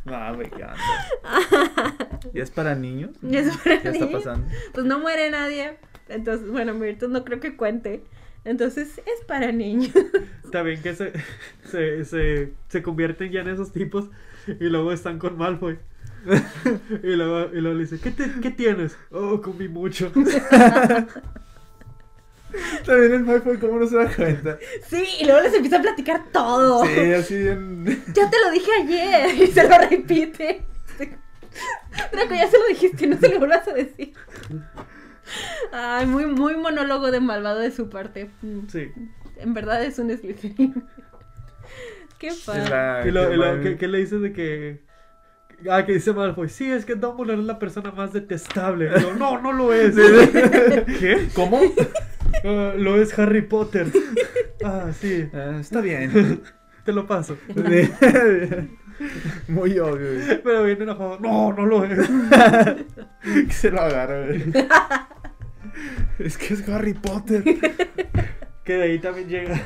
Speaker 1: No, güey, qué onda. ¿Y es para niños?
Speaker 2: Y es para
Speaker 1: ¿Qué está
Speaker 2: niños.
Speaker 1: pasando?
Speaker 2: Pues no muere nadie. Entonces, bueno, Mirtus no creo que cuente. Entonces es para niños.
Speaker 3: Está bien que se, se, se, se convierten ya en esos tipos y luego están con Malfoy. Y luego, y luego le dice, ¿qué, te- ¿qué tienes? Oh, comí mucho.
Speaker 1: También el Malfoy, ¿cómo no se da cuenta?
Speaker 2: Sí, y luego les empieza a platicar todo.
Speaker 1: Sí, así bien.
Speaker 2: Ya te lo dije ayer y se lo repite. Draco, ya se lo dijiste, no se lo vuelvas a decir. Ay, muy, muy monólogo de malvado de su parte. Mm,
Speaker 3: Sí.
Speaker 2: En verdad es un Slytherin. Qué
Speaker 1: Y
Speaker 2: padre.
Speaker 1: la-
Speaker 3: Y luego, y luego,
Speaker 1: Hermione-
Speaker 3: ¿qué, qué le dices de que... Ah, que dice Malfoy, sí, es que Dumbledore es la persona más detestable. Y yo, no, no lo es. ¿Qué?
Speaker 1: ¿Cómo?
Speaker 3: Ah, lo es Harry Potter. Ah, sí,
Speaker 1: Ah, está bien.
Speaker 3: te lo paso.
Speaker 1: Muy obvio. güey.
Speaker 3: Pero viene enojado, no, no lo es.
Speaker 1: Que se lo agarra, güey. Es que es Harry Potter.
Speaker 3: Que de ahí también llega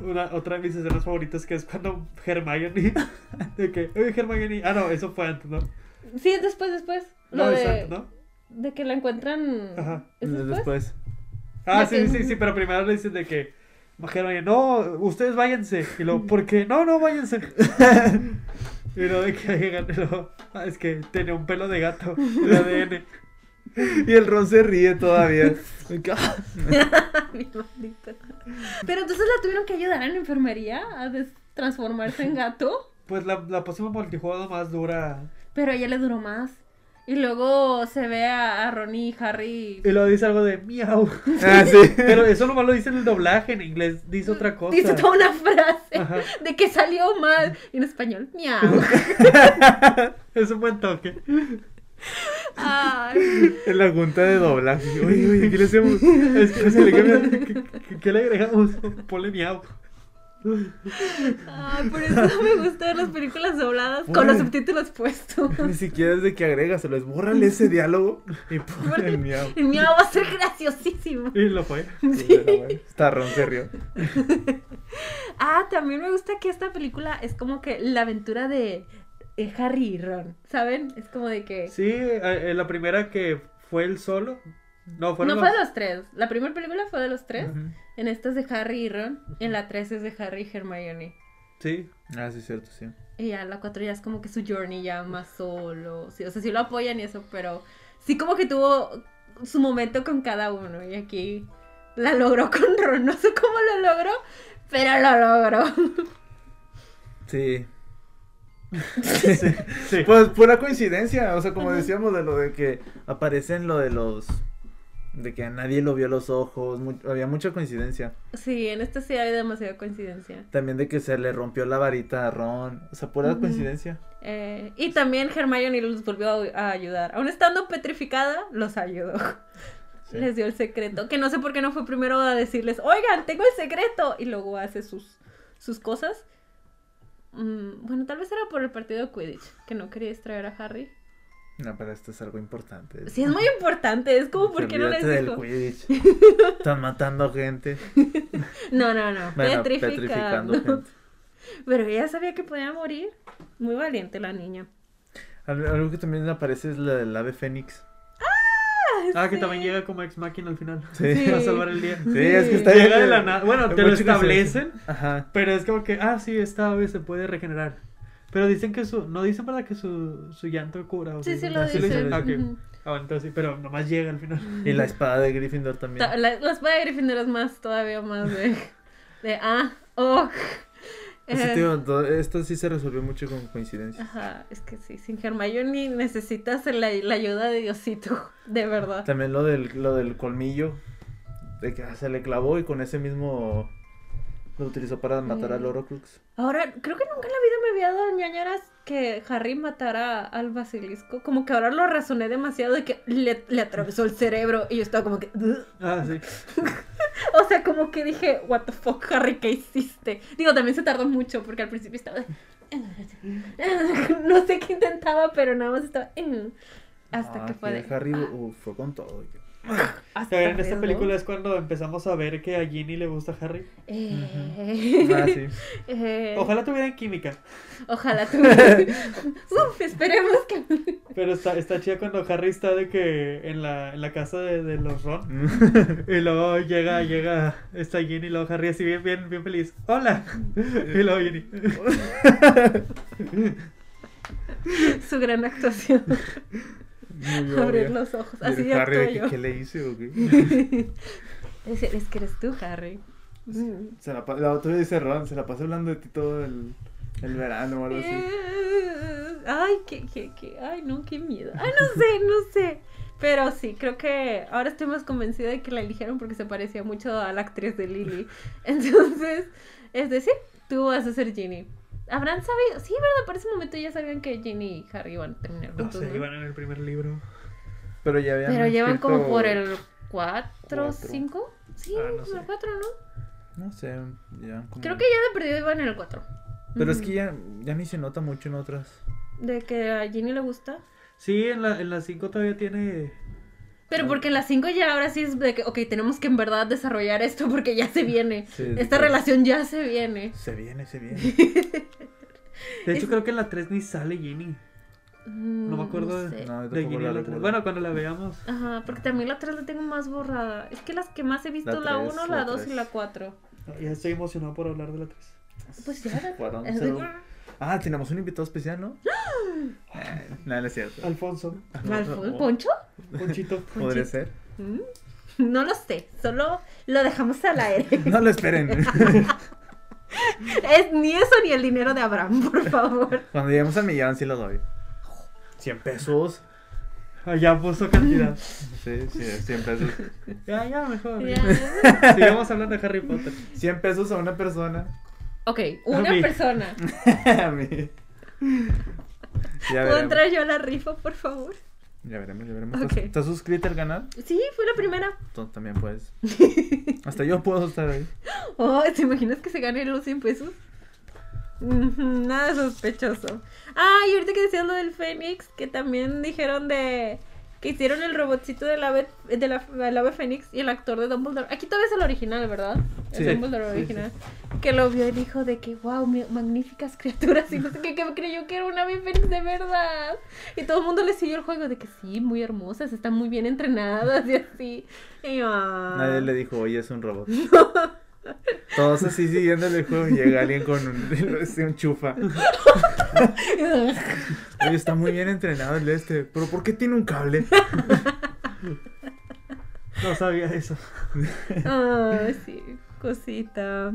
Speaker 3: una, otra de mis escenas favoritas que es cuando Hermione. De que, oye Hermione. Ah, no, eso fue antes, ¿no?
Speaker 2: Sí, es después, después. Lo
Speaker 3: No, es
Speaker 2: de,
Speaker 3: antes, ¿no?
Speaker 2: de que la encuentran.
Speaker 3: Ajá.
Speaker 2: ¿Es después?
Speaker 1: Después.
Speaker 3: Ah,
Speaker 2: La
Speaker 3: sí,
Speaker 2: que-
Speaker 3: sí, sí, pero primero le dicen de que. Hermione, no, ustedes váyanse. Y luego, ¿por qué? No, no, váyanse. y luego de que llegan, y luego, ah, es que tenía un pelo de gato, el ADN.
Speaker 1: Y el Ron se ríe todavía.
Speaker 2: Ah, Mi maldita. Pero entonces la tuvieron que ayudar en enfermería a des- transformarse en gato.
Speaker 3: Pues la, la próxima multijugador más dura.
Speaker 2: Pero a ella le duró más. Y luego se ve a, a Ron y Harry.
Speaker 3: Y luego dice algo de miau.
Speaker 1: Ah, sí.
Speaker 3: Pero eso nomás lo dice en el doblaje, en inglés dice otra cosa.
Speaker 2: Dice toda una frase
Speaker 3: Ajá.
Speaker 2: de que salió mal. Y en español, miau.
Speaker 3: Es un buen toque.
Speaker 2: Ay,
Speaker 1: En la junta de doblaje. Oye, oye, ¿qué le hacemos?
Speaker 3: Es que se le cambia- ¿qué- qué- ¿Qué le agregamos? Ponle miau.
Speaker 2: ay, por eso me gustan las películas dobladas con los
Speaker 1: Bueno.
Speaker 2: subtítulos puestos.
Speaker 1: Ni siquiera es de que agrégaselo, es bórrale ese diálogo y ponle el miau.
Speaker 2: El miau va a ser graciosísimo.
Speaker 3: Y lo fue.
Speaker 1: Está Ron se rió.
Speaker 2: Ah, también me gusta que esta película es como que la aventura de eh, Harry y Ron, ¿saben? Es como de que...
Speaker 3: Sí, eh, eh, la primera que fue el solo. No, fueron
Speaker 2: no
Speaker 3: los-
Speaker 2: fue de los tres. La primera película fue de los tres. En esta es de Harry y Ron. En la tres es de Harry y Hermione.
Speaker 3: Sí.
Speaker 1: Ah, sí, cierto, sí.
Speaker 2: Y ya la cuatro ya es como que su journey ya más solo. Sí, o sea, sí lo apoyan y eso, pero sí como que tuvo su momento con cada uno. Y aquí la logró con Ron. No sé cómo lo logró, pero lo logró.
Speaker 1: Sí.
Speaker 3: Sí.
Speaker 1: Pues pura coincidencia, o sea, como decíamos de lo de que aparecen lo de los de que a nadie lo vio los ojos, mu- había mucha coincidencia.
Speaker 2: Sí, en esta sí hay demasiada coincidencia.
Speaker 1: También de que se le rompió la varita a Ron, o sea, pura
Speaker 2: Ujú.
Speaker 1: coincidencia.
Speaker 2: Eh, y también Hermione los volvió a, a ayudar. Aún estando petrificada, los ayudó.
Speaker 1: Sí.
Speaker 2: Les dio el secreto. Que no sé por qué no fue primero a decirles, oigan, tengo el secreto. Y luego hace sus, sus cosas. Mm, bueno, tal vez era por el partido de Quidditch, que no quería distraer a Harry.
Speaker 1: No, pero esto es algo importante.
Speaker 2: Sí, es muy importante. Es como, ¿por qué no les
Speaker 1: Olvídate del
Speaker 2: dijo?
Speaker 1: Quidditch. Están matando gente.
Speaker 2: No, no, no.
Speaker 1: Bueno,
Speaker 2: petrificando.
Speaker 1: petrificando gente.
Speaker 2: Pero ella sabía que podía morir. Muy valiente la niña.
Speaker 1: Al- Algo que también aparece es la del ave fénix.
Speaker 3: Ah, que
Speaker 2: sí.
Speaker 3: también llega como ex máquina al final.
Speaker 1: Sí.
Speaker 2: Sí.
Speaker 3: Para salvar el día.
Speaker 1: Sí, es que está
Speaker 3: Llega de la nada. Bueno, te lo
Speaker 1: Mucho que se-
Speaker 3: establecen.
Speaker 1: Ajá.
Speaker 3: Pero es como que, ah, sí, esta ave se puede regenerar. Pero dicen que su. No dicen, ¿verdad? Que su, su llanto cura. o
Speaker 2: Sí,
Speaker 3: sí?
Speaker 2: sí lo
Speaker 1: Ah, sí lo
Speaker 2: dice.
Speaker 1: hizo,
Speaker 3: Ah, ok.
Speaker 2: Ujú.
Speaker 3: Ah, bueno, entonces sí, pero nomás llega al final.
Speaker 1: Y la espada de Gryffindor también.
Speaker 2: Ta- La, la espada de Gryffindor es más, todavía más de... de ah, oh.
Speaker 1: Ese
Speaker 2: eh,
Speaker 1: tío, do- esto sí se resolvió mucho con coincidencia.
Speaker 2: Ajá, es que sí, sin Hermione necesitas la, la ayuda de Diosito, de verdad.
Speaker 1: También lo del, lo del colmillo. de que ah, se le clavó y con ese mismo lo utilizó para matar al Orocrux.
Speaker 2: Ahora, creo que nunca en la vida me había dado ñañaras que Harry matara al basilisco. Como que ahora lo razoné demasiado de que le, le atravesó el cerebro y yo estaba como que. "Ugh".
Speaker 3: Ah, sí.
Speaker 2: O sea, como que dije, ¿What the fuck, Harry? ¿Qué hiciste? Digo, también se tardó mucho porque al principio estaba. de, No sé qué intentaba, pero nada más estaba. Hasta
Speaker 1: Ah,
Speaker 2: que fue de.
Speaker 1: Harry uh, fue con todo. y que-
Speaker 2: Hasta
Speaker 3: En esta
Speaker 2: pedo.
Speaker 3: película es cuando empezamos a ver que a Ginny le gusta Harry.
Speaker 2: Eh,
Speaker 1: Ah, sí.
Speaker 2: eh,
Speaker 3: Ojalá tuvieran química.
Speaker 2: Ojalá tú. Uf, esperemos que.
Speaker 3: Pero está, está chida cuando Harry está de que en la, en la casa de, de los Ron.
Speaker 1: "Mm,
Speaker 3: Y luego llega, llega esta Ginny y luego Harry así bien, bien, bien feliz. ¡Hola! Y luego Ginny.
Speaker 2: Su gran actuación.
Speaker 1: Muy
Speaker 2: Abrir
Speaker 1: obvio.
Speaker 2: los ojos.
Speaker 1: Y
Speaker 2: Así
Speaker 1: el
Speaker 2: ya
Speaker 1: Harry de
Speaker 2: actúo
Speaker 1: que,
Speaker 2: yo.
Speaker 1: ¿qué le hice o qué?
Speaker 2: Es, es que eres tú, Harry. Mm.
Speaker 1: Se la, pa- la otra vez dice Ron, se la pasé hablando de ti todo el, el verano o algo así.
Speaker 2: Eh, Ay, qué, qué, qué. Ay, no, qué miedo. Ay, no sé, no sé. Pero sí, creo que ahora estoy más convencida de que la eligieron porque se parecía mucho a la actriz de Lily. Entonces, es decir, tú vas a ser Ginny. Habrán sabido. Sí, ¿verdad? Para ese momento ya sabían que Ginny y Harry iban a
Speaker 1: Ah,
Speaker 2: terminar
Speaker 3: No
Speaker 2: juntos.
Speaker 3: sé,
Speaker 2: ¿no?
Speaker 3: iban en el primer libro.
Speaker 1: Pero ya habían
Speaker 2: Pero llevan
Speaker 1: escrito-
Speaker 2: como por el 4,
Speaker 1: cuatro.
Speaker 2: 5. Sí,
Speaker 3: Ah, no
Speaker 2: por
Speaker 3: sé.
Speaker 2: el 4, ¿no?
Speaker 1: No sé, ya. como-
Speaker 2: Creo que ya mm. de perdido iban en el 4.
Speaker 1: Mm. Pero es que ya, ya ni se nota mucho en otras.
Speaker 2: De que a Ginny le gusta.
Speaker 3: Sí, en la, en las 5 todavía tiene.
Speaker 1: Ah.
Speaker 2: Pero porque en las 5 ya ahora sí es de que, ok, tenemos que en verdad desarrollar esto porque ya se viene.
Speaker 1: Sí,
Speaker 2: Esta
Speaker 1: sí.
Speaker 2: relación ya se viene.
Speaker 1: Se viene, se viene.
Speaker 3: De hecho,
Speaker 2: Es-
Speaker 3: creo que en la 3 ni sale Ginny.
Speaker 2: Mm,
Speaker 3: No me acuerdo de-
Speaker 2: sé.
Speaker 1: No, yo
Speaker 3: De
Speaker 1: tampoco
Speaker 3: Ginny
Speaker 1: la
Speaker 3: en la
Speaker 1: recuerdo.
Speaker 3: tres. Bueno, cuando la veamos.
Speaker 2: Ajá, porque también la 3 la tengo más borrada. Es que las que más he visto, la
Speaker 1: La tres,
Speaker 2: 1,
Speaker 1: la
Speaker 2: la 2 y
Speaker 1: tres.
Speaker 2: la 4.
Speaker 3: Ya estoy emocionado por hablar de la 3.
Speaker 2: Pues ya.
Speaker 1: Cuarón,
Speaker 2: es-
Speaker 1: cero. Ah, tenemos un invitado especial, ¿no?
Speaker 2: ¡Ah!
Speaker 1: Eh, no, no es cierto.
Speaker 3: Alfonso,
Speaker 2: ¿Alfon- ¿Poncho?
Speaker 3: Ponchito.
Speaker 1: Podría ser.
Speaker 2: Mm, No lo sé, solo lo dejamos al aire.
Speaker 1: No lo esperen.
Speaker 2: Es ni eso ni el dinero de Abraham, por favor.
Speaker 1: Cuando lleguemos al millón sí lo doy. 100 pesos.
Speaker 3: Allá Ah, puso cantidad.
Speaker 1: Sí, sí, 100 pesos.
Speaker 3: Ya, ya, mejor.
Speaker 2: Ya.
Speaker 3: Sigamos hablando de Harry Potter.
Speaker 1: 100 pesos a una persona.
Speaker 2: Ok, una
Speaker 3: Ami.
Speaker 2: persona.
Speaker 1: a mí. Ya
Speaker 2: ¿Puedo
Speaker 1: veremos.
Speaker 2: entrar yo a la rifa, por favor?
Speaker 1: Ya veremos, ya veremos.
Speaker 2: Ok.
Speaker 1: ¿Estás, estás suscrita al canal?
Speaker 2: Sí, fue la primera.
Speaker 1: Tú también puedes. Hasta yo puedo estar ahí.
Speaker 2: Oh, ¿te imaginas que se gane los 100 pesos? Ujú, Nada sospechoso. Ah, y ahorita que decías lo del Fénix, que también dijeron de que hicieron el robotcito del ave, de la, del ave Fénix y el actor de Dumbledore. Aquí todavía es el original, ¿verdad? El
Speaker 1: Sí,
Speaker 2: Dumbledore
Speaker 3: sí,
Speaker 2: original. Que lo vio y dijo de que, wow, mi- magníficas criaturas. Y no sé qué, que creyó que era un ave Fénix de verdad. Y todo el mundo le siguió el juego de que sí, muy hermosas, están muy bien entrenadas y así. Y yo, ah.
Speaker 1: Nadie le dijo, oye, es un robot. Todos así siguiendo el juego y llega alguien con un, este, un chufa. Oye, está muy bien entrenado el este. ¿Pero por qué tiene un cable?
Speaker 3: No sabía eso.
Speaker 2: Ah, sí, cosita.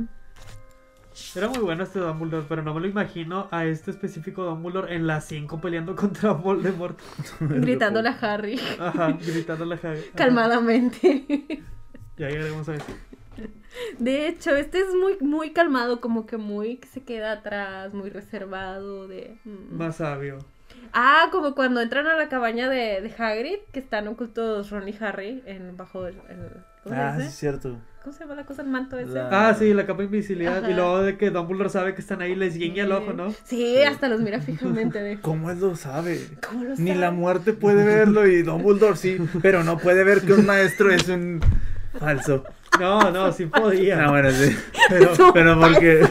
Speaker 3: Era muy bueno este Dumbledore, pero no me lo imagino a este específico Dumbledore en las 5 peleando contra Voldemort.
Speaker 2: Gritándole a Harry
Speaker 3: Ajá, gritándole a Harry. Ajá.
Speaker 2: calmadamente.
Speaker 3: Ya llegaremos a eso.
Speaker 2: De hecho, este es muy, muy calmado, como que muy que se queda atrás, muy reservado de. mm.
Speaker 3: Más sabio.
Speaker 2: Ah, como cuando entran a la cabaña de, de Hagrid, que están ocultos Ron y Harry en bajo el. el- ¿cómo, se
Speaker 1: Ah, sí,
Speaker 2: dice?
Speaker 1: es cierto.
Speaker 2: ¿Cómo se llama la cosa? El manto ese.
Speaker 1: La-
Speaker 3: Ah, sí, la capa de invisibilidad.
Speaker 2: Ajá.
Speaker 3: Y luego de que Dumbledore sabe que están ahí, les guiña el ojo, ¿no?
Speaker 2: Sí, hasta los mira fijamente de.
Speaker 1: ¿Cómo él lo sabe?
Speaker 2: ¿Cómo lo
Speaker 1: Ni
Speaker 2: sabe?
Speaker 1: la muerte puede verlo y Dumbledore sí, pero no puede ver que un maestro es un falso.
Speaker 3: No, no, sí podía.
Speaker 1: Ah, bueno, sí. Pero, pero porque.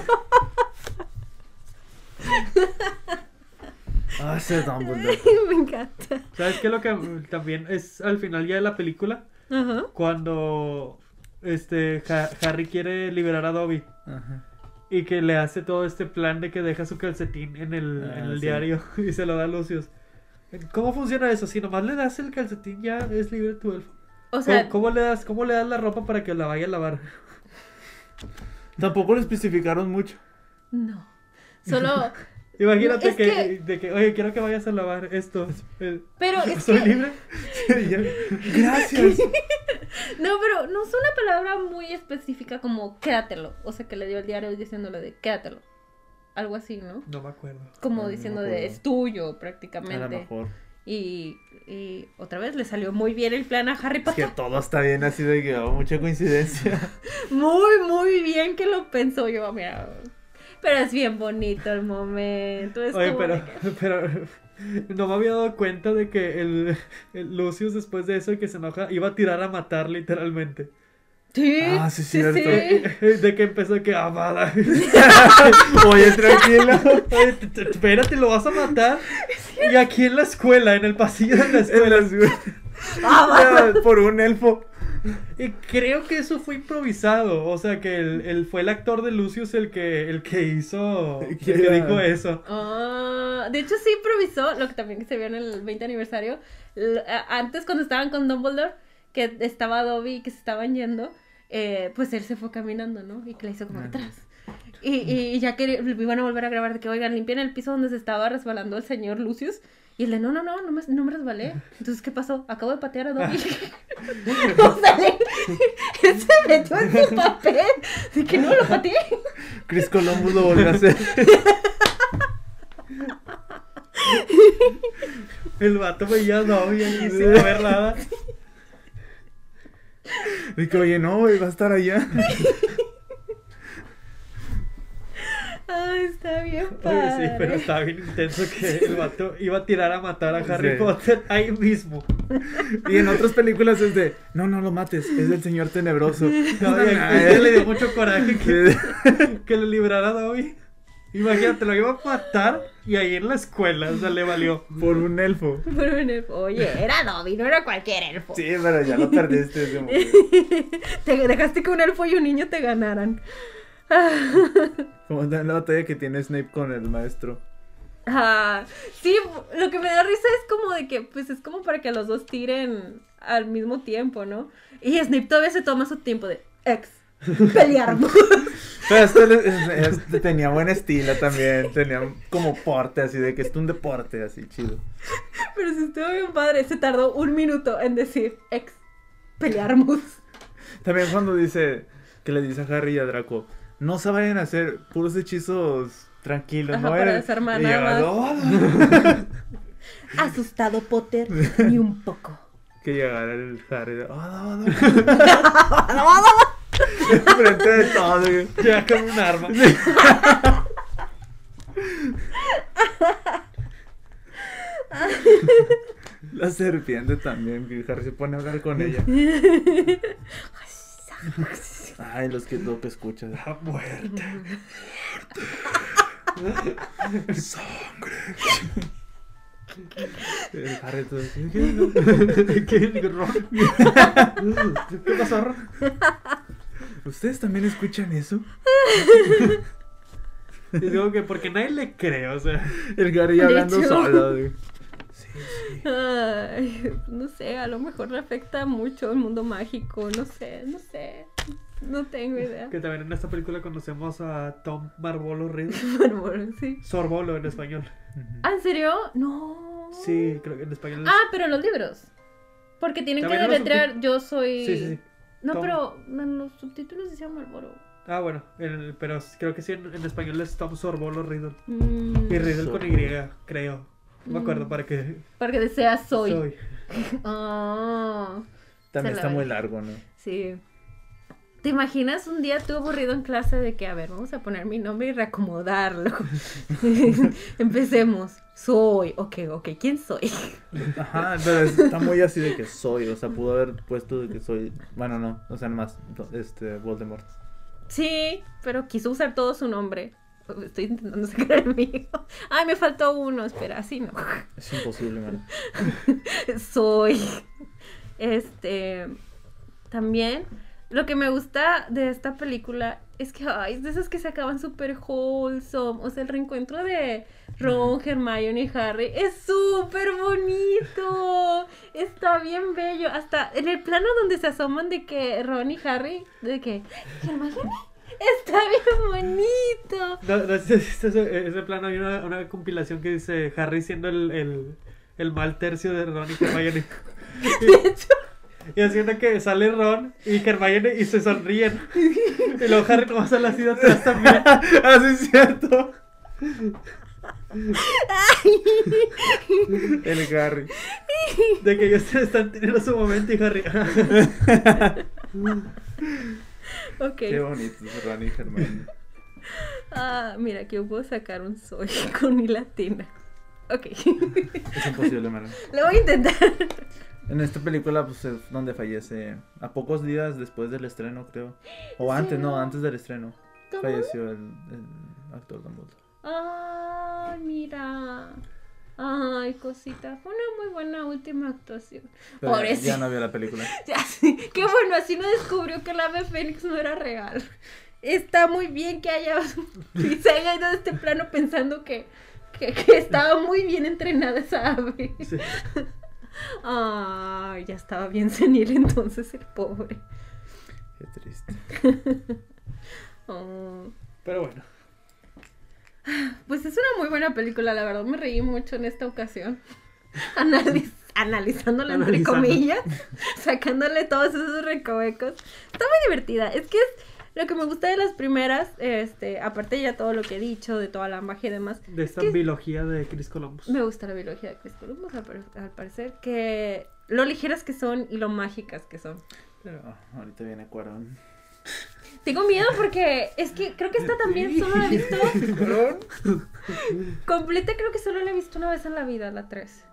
Speaker 1: Ah, ese Dumbledore.
Speaker 2: Me encanta.
Speaker 3: ¿Sabes qué? Lo que también es al final ya de la película,
Speaker 2: Ajá.
Speaker 3: cuando este Ha- Harry quiere liberar a Dobby
Speaker 1: Ajá.
Speaker 3: y que le hace todo este plan de que deja su calcetín en el,
Speaker 1: Ah,
Speaker 3: en el
Speaker 1: sí.
Speaker 3: diario y se lo da a Lucius. ¿Cómo funciona eso? Si nomás le das el calcetín ya es libre tu elfo.
Speaker 2: O sea,
Speaker 3: ¿Cómo, cómo le das, ¿Cómo le das la ropa para que la vaya a lavar?
Speaker 1: Tampoco lo especificaron mucho.
Speaker 2: No. Solo
Speaker 3: Imagínate
Speaker 2: No, es
Speaker 3: que,
Speaker 2: que-
Speaker 3: de que, oye, quiero que vayas a lavar esto. Eh,
Speaker 2: Pero es
Speaker 3: ¿Soy
Speaker 2: que-
Speaker 3: libre?
Speaker 1: Gracias.
Speaker 2: No, pero no es una palabra muy específica como quédatelo. O sea, que le dio el diario diciéndole de quédatelo. Algo así, ¿no?
Speaker 3: No me acuerdo.
Speaker 2: Como
Speaker 1: Mm, No, no me
Speaker 2: diciendo de
Speaker 1: acuerdo.
Speaker 2: es tuyo
Speaker 1: A lo
Speaker 2: prácticamente.
Speaker 1: mejor.
Speaker 2: Y, y otra vez le salió muy bien el plan a Harry
Speaker 1: Es que
Speaker 2: Potter.
Speaker 1: todo está bien así de que oh, mucha coincidencia.
Speaker 2: Muy, muy bien que lo pensó yo, mira. Pero es bien bonito el momento. es
Speaker 3: Oye,
Speaker 2: como
Speaker 3: pero,
Speaker 2: de que-
Speaker 3: pero no me había dado cuenta de que el, el Lucius después de eso que se enoja iba a tirar a matar literalmente.
Speaker 2: Sí,
Speaker 1: Ah, sí,
Speaker 2: sí,
Speaker 1: cierto.
Speaker 2: sí.
Speaker 3: De que empezó que "Ah, amada.
Speaker 1: Oye, tranquilo.
Speaker 3: Oye, t- t- espérate, lo vas a matar. Y aquí en la escuela, en el pasillo de la escuela.
Speaker 2: Ah,
Speaker 1: Por un elfo.
Speaker 3: Y creo que eso fue improvisado. O sea, que el, el- fue el actor de Lucius el que, el que hizo. El que
Speaker 1: Era-
Speaker 3: dijo eso.
Speaker 2: Ah, de hecho, sí improvisó, lo que también se vio en el 20 aniversario. l- a- Antes, cuando estaban con Dumbledore, que estaba Dobby y que se estaban yendo, eh, pues él se fue caminando, ¿no? Y que le hizo como
Speaker 1: Ah.
Speaker 2: atrás. Y, y- y ya que iban a volver a grabar, de que oigan, limpien el piso donde se estaba resbalando el señor Lucius. Y él de no, no, no, no me, no me resbalé. Entonces, ¿qué pasó? Acabo de patear a Dobby. o sea, él, él se metió en su papel. De que no lo pateé.
Speaker 1: Chris Columbus lo volvió a hacer.
Speaker 3: El vato veía no, y aquí sin ver nada.
Speaker 1: Y que, oye, no, güey, va a estar allá.
Speaker 2: Ay, está bien
Speaker 3: Oye, sí,
Speaker 2: padre.
Speaker 3: pero estaba bien intenso que el vato iba a tirar a matar a Harry
Speaker 1: Sí.
Speaker 3: Potter ahí mismo.
Speaker 1: Y en otras películas es de, no, no lo mates, es del señor tenebroso.
Speaker 3: No, y a- a él le dio mucho coraje que, que le librara a Dobby. Imagínate, lo iba a matar y ahí en la escuela, o sea, le valió.
Speaker 1: Por un elfo.
Speaker 2: Pero un elfo. Oye, era Dobby, no era cualquier elfo.
Speaker 1: Sí, pero ya lo perdiste. ese momento.
Speaker 2: Te dejaste que un elfo y un niño te ganaran.
Speaker 1: Como en la batalla que tiene Snape con el maestro.
Speaker 2: Ah, sí, lo que me da risa es como de que, pues es como para que los dos tiren al mismo tiempo, ¿no? Y Snape todavía se toma su tiempo de ex. Pelearnos.
Speaker 1: Pero este, le- es- este tenía buen estilo también, tenía como porte así, de que es un deporte así, chido.
Speaker 2: Pero si estuvo bien padre, se tardó un minuto en decir ex. Pelearnos.
Speaker 1: También cuando dice, que le dice a Harry y a Draco, no se vayan a hacer puros hechizos tranquilos,
Speaker 2: Ajá,
Speaker 1: ¿no?
Speaker 2: para
Speaker 1: eres-"
Speaker 2: desarmar
Speaker 1: Y
Speaker 2: nada
Speaker 1: llega, "Oh",
Speaker 2: Asustado Potter, ni un poco.
Speaker 1: que llegara el Harry, "Oh, no, no". Enfrente de todo. güey.
Speaker 3: Ya con un arma.
Speaker 1: La serpiente también, que Harry se pone a hablar con ella. Ay, los que lo que escuchas.
Speaker 3: La muerte.
Speaker 1: El Harry todo así,
Speaker 3: ¿Qué, Ron? ¿Qué pasó, Ron?
Speaker 1: ¿Ustedes también escuchan eso?
Speaker 3: Y digo que porque nadie le cree, o sea.
Speaker 1: El Harry hablando
Speaker 2: hecho.
Speaker 1: solo. güey.
Speaker 2: Ay, no sé, a lo mejor le afecta mucho el mundo mágico, no sé, no sé, no tengo idea.
Speaker 3: Que también en esta película conocemos a Tom Marbolo Reed.
Speaker 2: Bueno, bueno, sí.
Speaker 3: Sorbolo en español.
Speaker 2: ¿Ah, en serio? No.
Speaker 3: Sí, creo que en español es...
Speaker 2: Ah, pero en los libros. Porque tienen que
Speaker 3: También en los
Speaker 2: deletrear yo soy...
Speaker 3: sí, sí, sí.
Speaker 2: No,
Speaker 3: Tom.
Speaker 2: pero en los subtítulos decía Marlboro.
Speaker 3: Ah, bueno, en- pero creo que sí en, en español es Tom Sorbolo Riddle.
Speaker 2: Mm,
Speaker 3: Y Riddle con Y, creo. No me acuerdo
Speaker 2: Mm.
Speaker 3: para qué
Speaker 2: para que desea soy.
Speaker 3: soy.
Speaker 2: Ah,
Speaker 1: También
Speaker 2: Se la
Speaker 1: está
Speaker 2: ve.
Speaker 1: muy largo, ¿no?
Speaker 2: sí. ¿Te imaginas un día tú aburrido en clase de que, a ver, vamos a poner mi nombre y reacomodarlo? Empecemos. Soy, ok, ok, ¿quién soy?
Speaker 4: Pues,
Speaker 1: Ajá, pero es- está muy así de que soy, o sea, pudo haber puesto de que soy, bueno, no, o sea, nomás, este, Voldemort.
Speaker 2: Sí, pero quiso usar todo su nombre. Estoy intentando sacar el mío. Ay, me faltó uno, espera, así no.
Speaker 1: Es imposible, man.
Speaker 2: Soy. Este. También. Lo que me gusta de esta película es que, ay, es de esas que se acaban súper wholesome. O sea, el reencuentro de Ron, Hermione y Harry es súper bonito. Está bien bello. Hasta en el plano donde se asoman de que Ron y Harry, de que, Hermione, Está bien bonito.
Speaker 3: No, no sé si ese, ese plano hay una, una compilación que dice Harry siendo el, el, el mal tercio de Ron y Hermione.
Speaker 2: De hecho,
Speaker 3: Y haciendo que sale Ron y Hermione y se sonríen. Y luego Harry nomás sale así de atrás también.
Speaker 4: Así Ah, es cierto. El Harry.
Speaker 3: De que ellos están teniendo su momento y Harry.
Speaker 2: ok.
Speaker 4: Qué bonito es Ron y Hermione.
Speaker 2: Ah, mira, aquí yo puedo sacar un soy con hilatina. Ok.
Speaker 4: Es imposible, Mara.
Speaker 2: Lo voy a intentar.
Speaker 4: En esta película, pues es donde fallece. A pocos días después del estreno, creo. O antes, no, antes del estreno. Falleció el, el actor Dumbledore.
Speaker 2: Ay, Ah, mira. Ay, cosita. Fue una muy buena última actuación.
Speaker 4: Pero
Speaker 2: Por eso.
Speaker 4: ya no vio la película.
Speaker 2: Ya sí. Qué bueno, así no descubrió que el ave fénix no era real. Está muy bien que haya y se haya ido de este plano pensando que, que, que estaba muy bien entrenada esa ave.
Speaker 3: Sí.
Speaker 2: Ay, ya estaba bien senil entonces el pobre.
Speaker 4: Qué triste.
Speaker 2: Oh.
Speaker 3: Pero bueno.
Speaker 2: Pues es una muy buena película, la verdad me reí mucho en esta ocasión. Analiz- analizándola entre
Speaker 3: Analizando.
Speaker 2: comillas, sacándole todos esos recovecos. Está muy divertida. Es que es lo que me gusta de las primeras, este, aparte ya todo lo que he dicho, de toda la magia y demás,
Speaker 3: De esta
Speaker 2: ¿Qué?
Speaker 3: biología de Chris Columbus.
Speaker 2: me gusta la biología de Chris Columbus, al, par- al parecer, que lo ligeras que son y lo mágicas que son.
Speaker 4: Pero ah, ahorita viene Cuarón.
Speaker 2: Tengo miedo porque es que creo que esta también solo la he visto
Speaker 4: ¿Cuarón?
Speaker 2: completa, creo que solo la he visto una vez en la vida, la 3.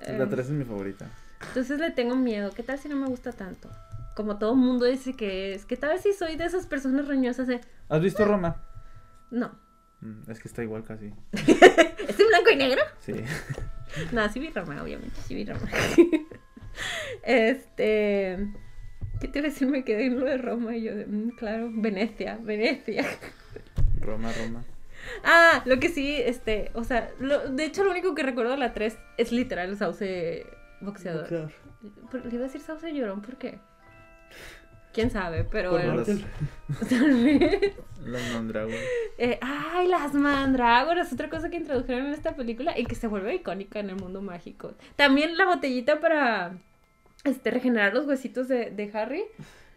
Speaker 2: Em.
Speaker 4: La 3 es mi favorita.
Speaker 2: Entonces le tengo miedo. ¿Qué tal si no me gusta tanto? Como todo mundo dice que es. ¿Qué tal si soy de esas personas roñosas de...
Speaker 4: ¿Has visto Roma?
Speaker 2: No.
Speaker 4: Mm, Es que está igual casi.
Speaker 2: ¿Es en blanco y negro?
Speaker 4: Sí.
Speaker 2: No, sí vi Roma, obviamente. Sí vi Roma. este... ¿Qué te iba a decir? Me quedé en lo de Roma y yo de... "Mm, claro, Venecia, Venecia.
Speaker 4: Roma, Roma.
Speaker 2: Ah, lo que sí, este... O sea, lo- de hecho lo único que recuerdo de la 3 es literal el sauce boxeador.
Speaker 3: Boxeador.
Speaker 2: Pero Le iba a decir sauce llorón, ¿por qué? ¿Quién sabe? Pero...
Speaker 3: Por
Speaker 2: era-
Speaker 4: los-
Speaker 3: Martel.
Speaker 2: Tal vez.
Speaker 4: Los Mondragón.
Speaker 2: Eh, ay, las mandrágoras, otra cosa que introdujeron en esta película y que se vuelve icónica en el mundo mágico. También la botellita para este, regenerar los huesitos de, de Harry,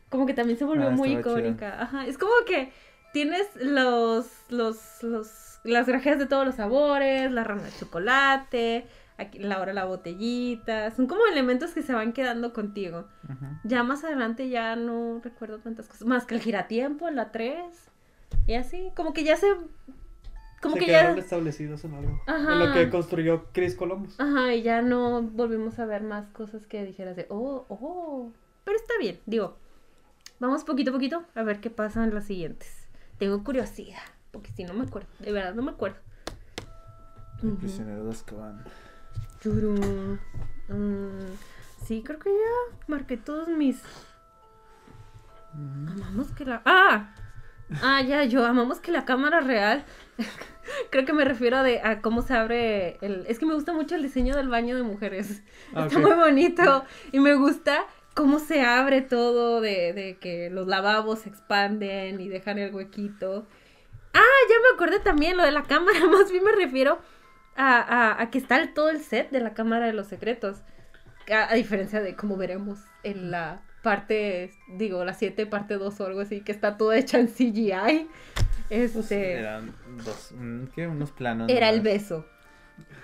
Speaker 2: como que también se volvió
Speaker 4: Ah,
Speaker 2: muy
Speaker 4: estaba chida.
Speaker 2: icónica. Ajá, es como que tienes los, los, los, las grajeas de todos los sabores, la rama de chocolate, aquí, la hora la botellita, son como elementos que se van quedando contigo.
Speaker 4: Ajá.
Speaker 2: Ya más adelante ya no recuerdo tantas cosas. Más que el giratiempo, la 3. Y así, como que ya se. Como
Speaker 3: Se
Speaker 2: que ya.
Speaker 3: quedaron establecidos en algo.
Speaker 2: Ajá. Ah.
Speaker 3: En lo que construyó Chris Columbus.
Speaker 2: Ajá, y ya no volvimos a ver más cosas que dijeras de. Oh, oh. Pero está bien, digo. Vamos poquito a poquito a ver qué pasa en las siguientes. Tengo curiosidad, porque si no me acuerdo. De verdad no me acuerdo.
Speaker 4: El
Speaker 2: Ujú.
Speaker 4: prisionero de Azkaban.
Speaker 2: Turun. Mm, sí, creo que ya marqué todos mis. Amamos que la. ¡Ah! Ah, ya, yo. Amamos que la cámara real. creo que me refiero de, a cómo se abre el. Es que me gusta mucho el diseño del baño de mujeres.
Speaker 3: Ah,
Speaker 2: Está
Speaker 3: ok.
Speaker 2: muy bonito. Y me gusta cómo se abre todo, de, de que los lavabos se expanden y dejan el huequito. Ah, ya me acordé también lo de la cámara. Más bien me refiero a, a- a que está el- todo el set de la Cámara de los Secretos. A, a diferencia de como veremos en la parte, digo, la 7, parte 2 o algo así, que está toda hecha en CGI.
Speaker 1: Pues,
Speaker 2: Este.
Speaker 4: Eran dos, mm, ¿qué? Unos planos.
Speaker 2: Era el
Speaker 4: nomás.
Speaker 2: beso.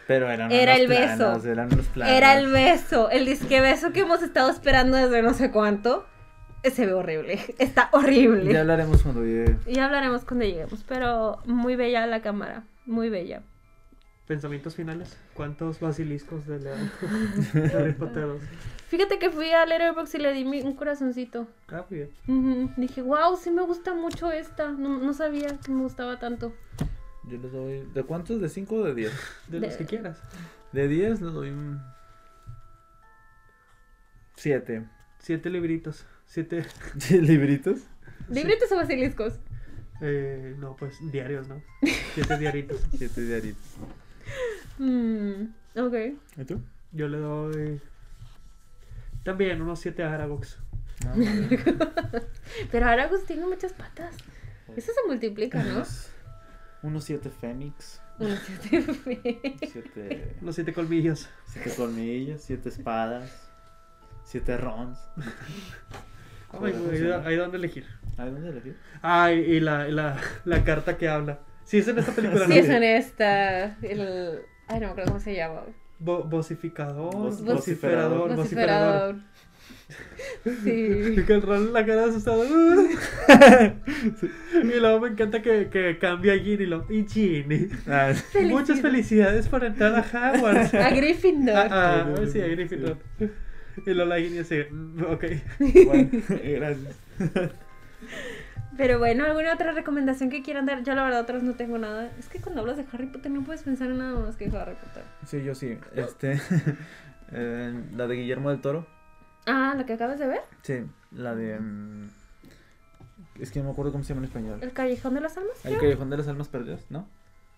Speaker 4: Pero eran
Speaker 2: Era
Speaker 4: unos
Speaker 2: el beso.
Speaker 4: planos, Eran unos planos.
Speaker 2: Era el beso. El disque beso que hemos estado esperando desde no sé cuánto. Eh, Se ve horrible. Está horrible.
Speaker 4: Ya hablaremos cuando llegue.
Speaker 2: Ya hablaremos cuando lleguemos, pero muy bella la cámara. Muy bella.
Speaker 3: Pensamientos finales. ¿Cuántos basiliscos de la de Harry Potter dos?
Speaker 2: Fíjate que fui a Letterboxd y le di mi- un corazoncito.
Speaker 3: Ah, muy bien.
Speaker 2: Ujú, Dije, wow, sí me gusta mucho esta. No, no sabía que me gustaba tanto.
Speaker 4: Yo les doy. ¿De cuántos? ¿De 5 o de 10?
Speaker 3: De,
Speaker 2: De-
Speaker 3: los que quieras.
Speaker 4: De 10 les doy un. 7.
Speaker 3: Siete libritos. Siete.
Speaker 4: ¿Libritos?
Speaker 2: Libretos o basiliscos.
Speaker 3: eh, no, pues diarios, ¿no? Siete diaritos.
Speaker 4: 7 diaritos.
Speaker 2: Mm, ok.
Speaker 4: ¿Y tú?
Speaker 3: Yo le doy. También unos siete a Aragox.
Speaker 4: No, no, no.
Speaker 2: Pero Aragos tiene muchas patas. Eso se multiplica, ¿no?
Speaker 1: Unos siete fénix,
Speaker 2: Uno, siete, fe-
Speaker 1: siete,
Speaker 3: Los siete colmillos.
Speaker 1: siete colmillos, siete espadas, siete rons.
Speaker 3: Ay, güey, hay- hay donde elegir.
Speaker 1: ¿Hay dónde elegir?
Speaker 3: Ay, y la, y la, la carta que habla. Sí, es en e- esta película,
Speaker 2: Sí,
Speaker 3: ¿no?
Speaker 2: es honesta. El... Ay, no me acuerdo cómo se llama.
Speaker 3: Vo- vocificador,
Speaker 1: Voc-
Speaker 3: vociferador, vociferador.
Speaker 2: Vociferador. Sí.
Speaker 3: Y que el Ron la cara de asustado. y luego me encanta que, que cambia a Ginny. Lo, y Ginny.
Speaker 1: Ah,
Speaker 3: Muchas felicidades por entrar a Hogwarts.
Speaker 2: A Gryffindor.
Speaker 3: Ah, ah, sí, a Gryffindor. Y luego la Ginny así. mm, Ok.
Speaker 1: bueno, gracias.
Speaker 2: Pero bueno, ¿alguna otra recomendación que quieran dar? Yo la verdad otras no tengo nada. Es que cuando hablas de Harry Potter no puedes pensar en nada más que Harry Potter.
Speaker 1: Sí, yo sí. Este, eh, la de Guillermo del Toro.
Speaker 2: Ah, lo que acabas de ver.
Speaker 1: Sí, la de... mm, es que no me acuerdo cómo se llama en español.
Speaker 2: El Callejón de las Almas.
Speaker 1: El Callejón de las Almas Perdidas, ¿no?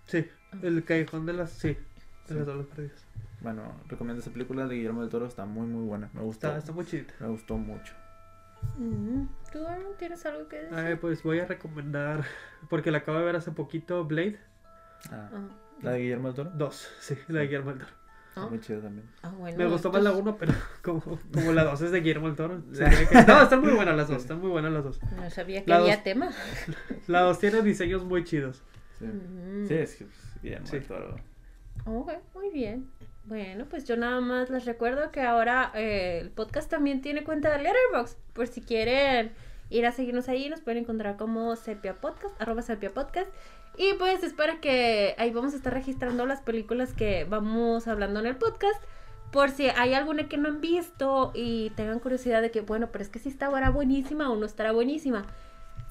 Speaker 3: Sí, el callejón de las. Sí,
Speaker 1: Sí.
Speaker 3: de las olas perdidas.
Speaker 1: Bueno, recomiendo esa película de Guillermo del Toro, está muy muy buena, me gustó,
Speaker 3: Está, está muy chidita.
Speaker 1: me gustó mucho.
Speaker 2: Mm, ¿Tú Aaron, tienes algo que decir?
Speaker 3: Ay, pues voy a recomendar. Porque la acabo de ver hace poquito. Blade
Speaker 1: Ah,
Speaker 2: Ah,
Speaker 1: la de Guillermo del Toro,
Speaker 3: 2. Sí, la de Guillermo del Toro.
Speaker 1: está muy chida también.
Speaker 2: ah, bueno.
Speaker 3: Me gustó más
Speaker 2: entonces-
Speaker 3: la 1, pero como, como la 2 es de Guillermo del Toro. se tiene que- No, están muy buenas las dos. Están muy buenas las dos.
Speaker 2: No sabía que
Speaker 3: La
Speaker 2: había
Speaker 3: dos.
Speaker 2: tema.
Speaker 3: La 2 tiene diseños muy chidos.
Speaker 1: Sí,
Speaker 2: Mm.
Speaker 1: sí es que pues, Guillermo
Speaker 3: Sí.
Speaker 1: del Toro.
Speaker 2: Ok, muy bien. Bueno, pues yo nada más les recuerdo que ahora eh, el podcast también tiene cuenta de Letterboxd. Por si quieren ir a seguirnos ahí, nos pueden encontrar como sepia podcast, arroba sepia podcast. Y pues es para que ahí vamos a estar registrando las películas que vamos hablando en el podcast. Por si hay alguna que no han visto y tengan curiosidad de que, bueno, pero es que si estará buenísima o no estará buenísima.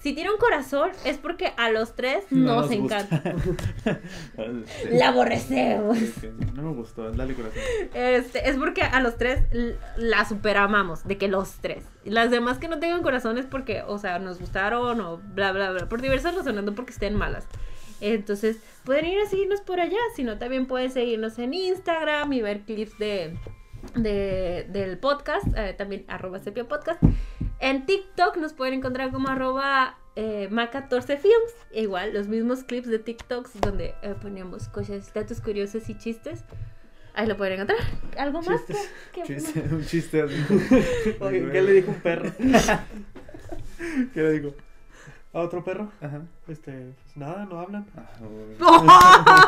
Speaker 2: Si tiene un corazón es porque a los tres nos
Speaker 1: nos gusta.
Speaker 2: encanta.
Speaker 1: Sí.
Speaker 2: La aborrecemos.
Speaker 1: Sí, sí, No me gustó, dale corazón.
Speaker 2: Este, es porque a los tres l- la superamamos, de que los tres. Las demás que no tengan corazón es porque, o sea, nos gustaron o bla, bla, bla, por diversas razones, no porque estén malas. Entonces, pueden ir a seguirnos por allá, si no, también pueden seguirnos en Instagram y ver clips de, de- del podcast, eh, también arroba sepia podcast. En TikTok nos pueden encontrar como arroba eh, ma14films, igual, los mismos clips de TikToks donde eh, poníamos cosas, datos curiosos y chistes. Ahí lo pueden encontrar. ¿Algo más?
Speaker 3: Chistes.
Speaker 2: que- que-
Speaker 1: Chiste, un chiste así.
Speaker 3: Oye, ¿Qué le dijo un perro?
Speaker 1: ¿Qué le digo?
Speaker 3: ¿A otro perro?
Speaker 1: Ajá.
Speaker 3: Este, pues nada, no hablan.
Speaker 1: Ah,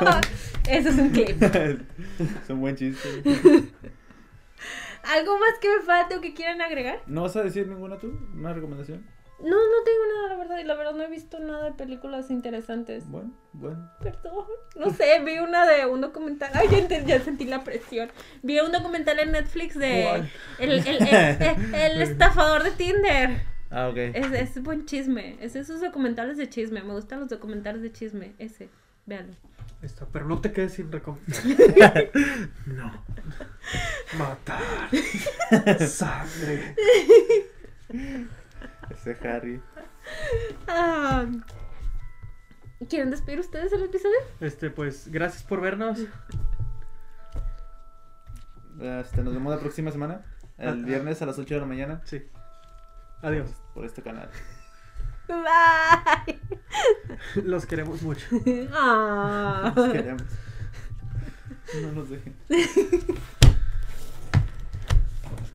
Speaker 1: bueno.
Speaker 2: Eso es un clip.
Speaker 1: es un buen chiste.
Speaker 2: ¿Algo más que me falte o que quieran agregar?
Speaker 1: ¿No vas a decir ninguna tú? ¿Una recomendación?
Speaker 2: No, no tengo nada, la verdad. Y la verdad no he visto nada de películas interesantes.
Speaker 1: Bueno, bueno.
Speaker 2: Perdón. No sé, vi una de un documental. Ay, ya, enten- ya sentí la presión. Vi un documental en Netflix de
Speaker 3: ¿Cuál?
Speaker 2: el, el- el- el- el estafador de Tinder.
Speaker 1: Ah, ok.
Speaker 3: Eh.
Speaker 2: Es, es buen chisme. Es esos documentales de chisme. Me gustan los documentales de chisme. Ese. Véanlo.
Speaker 3: Está, pero no te quedes sin recomendar. no. Matar. Sangre.
Speaker 1: Ese Harry.
Speaker 2: Ah, ¿Quieren despedir ustedes el episodio?
Speaker 3: Este, pues, gracias por vernos.
Speaker 1: Este, nos vemos la próxima semana. El viernes a las 8 de la mañana.
Speaker 3: Sí. Adiós.
Speaker 1: Por este canal.
Speaker 2: Bye.
Speaker 3: Los queremos mucho.
Speaker 2: Ah.
Speaker 1: Los queremos. No nos dejen.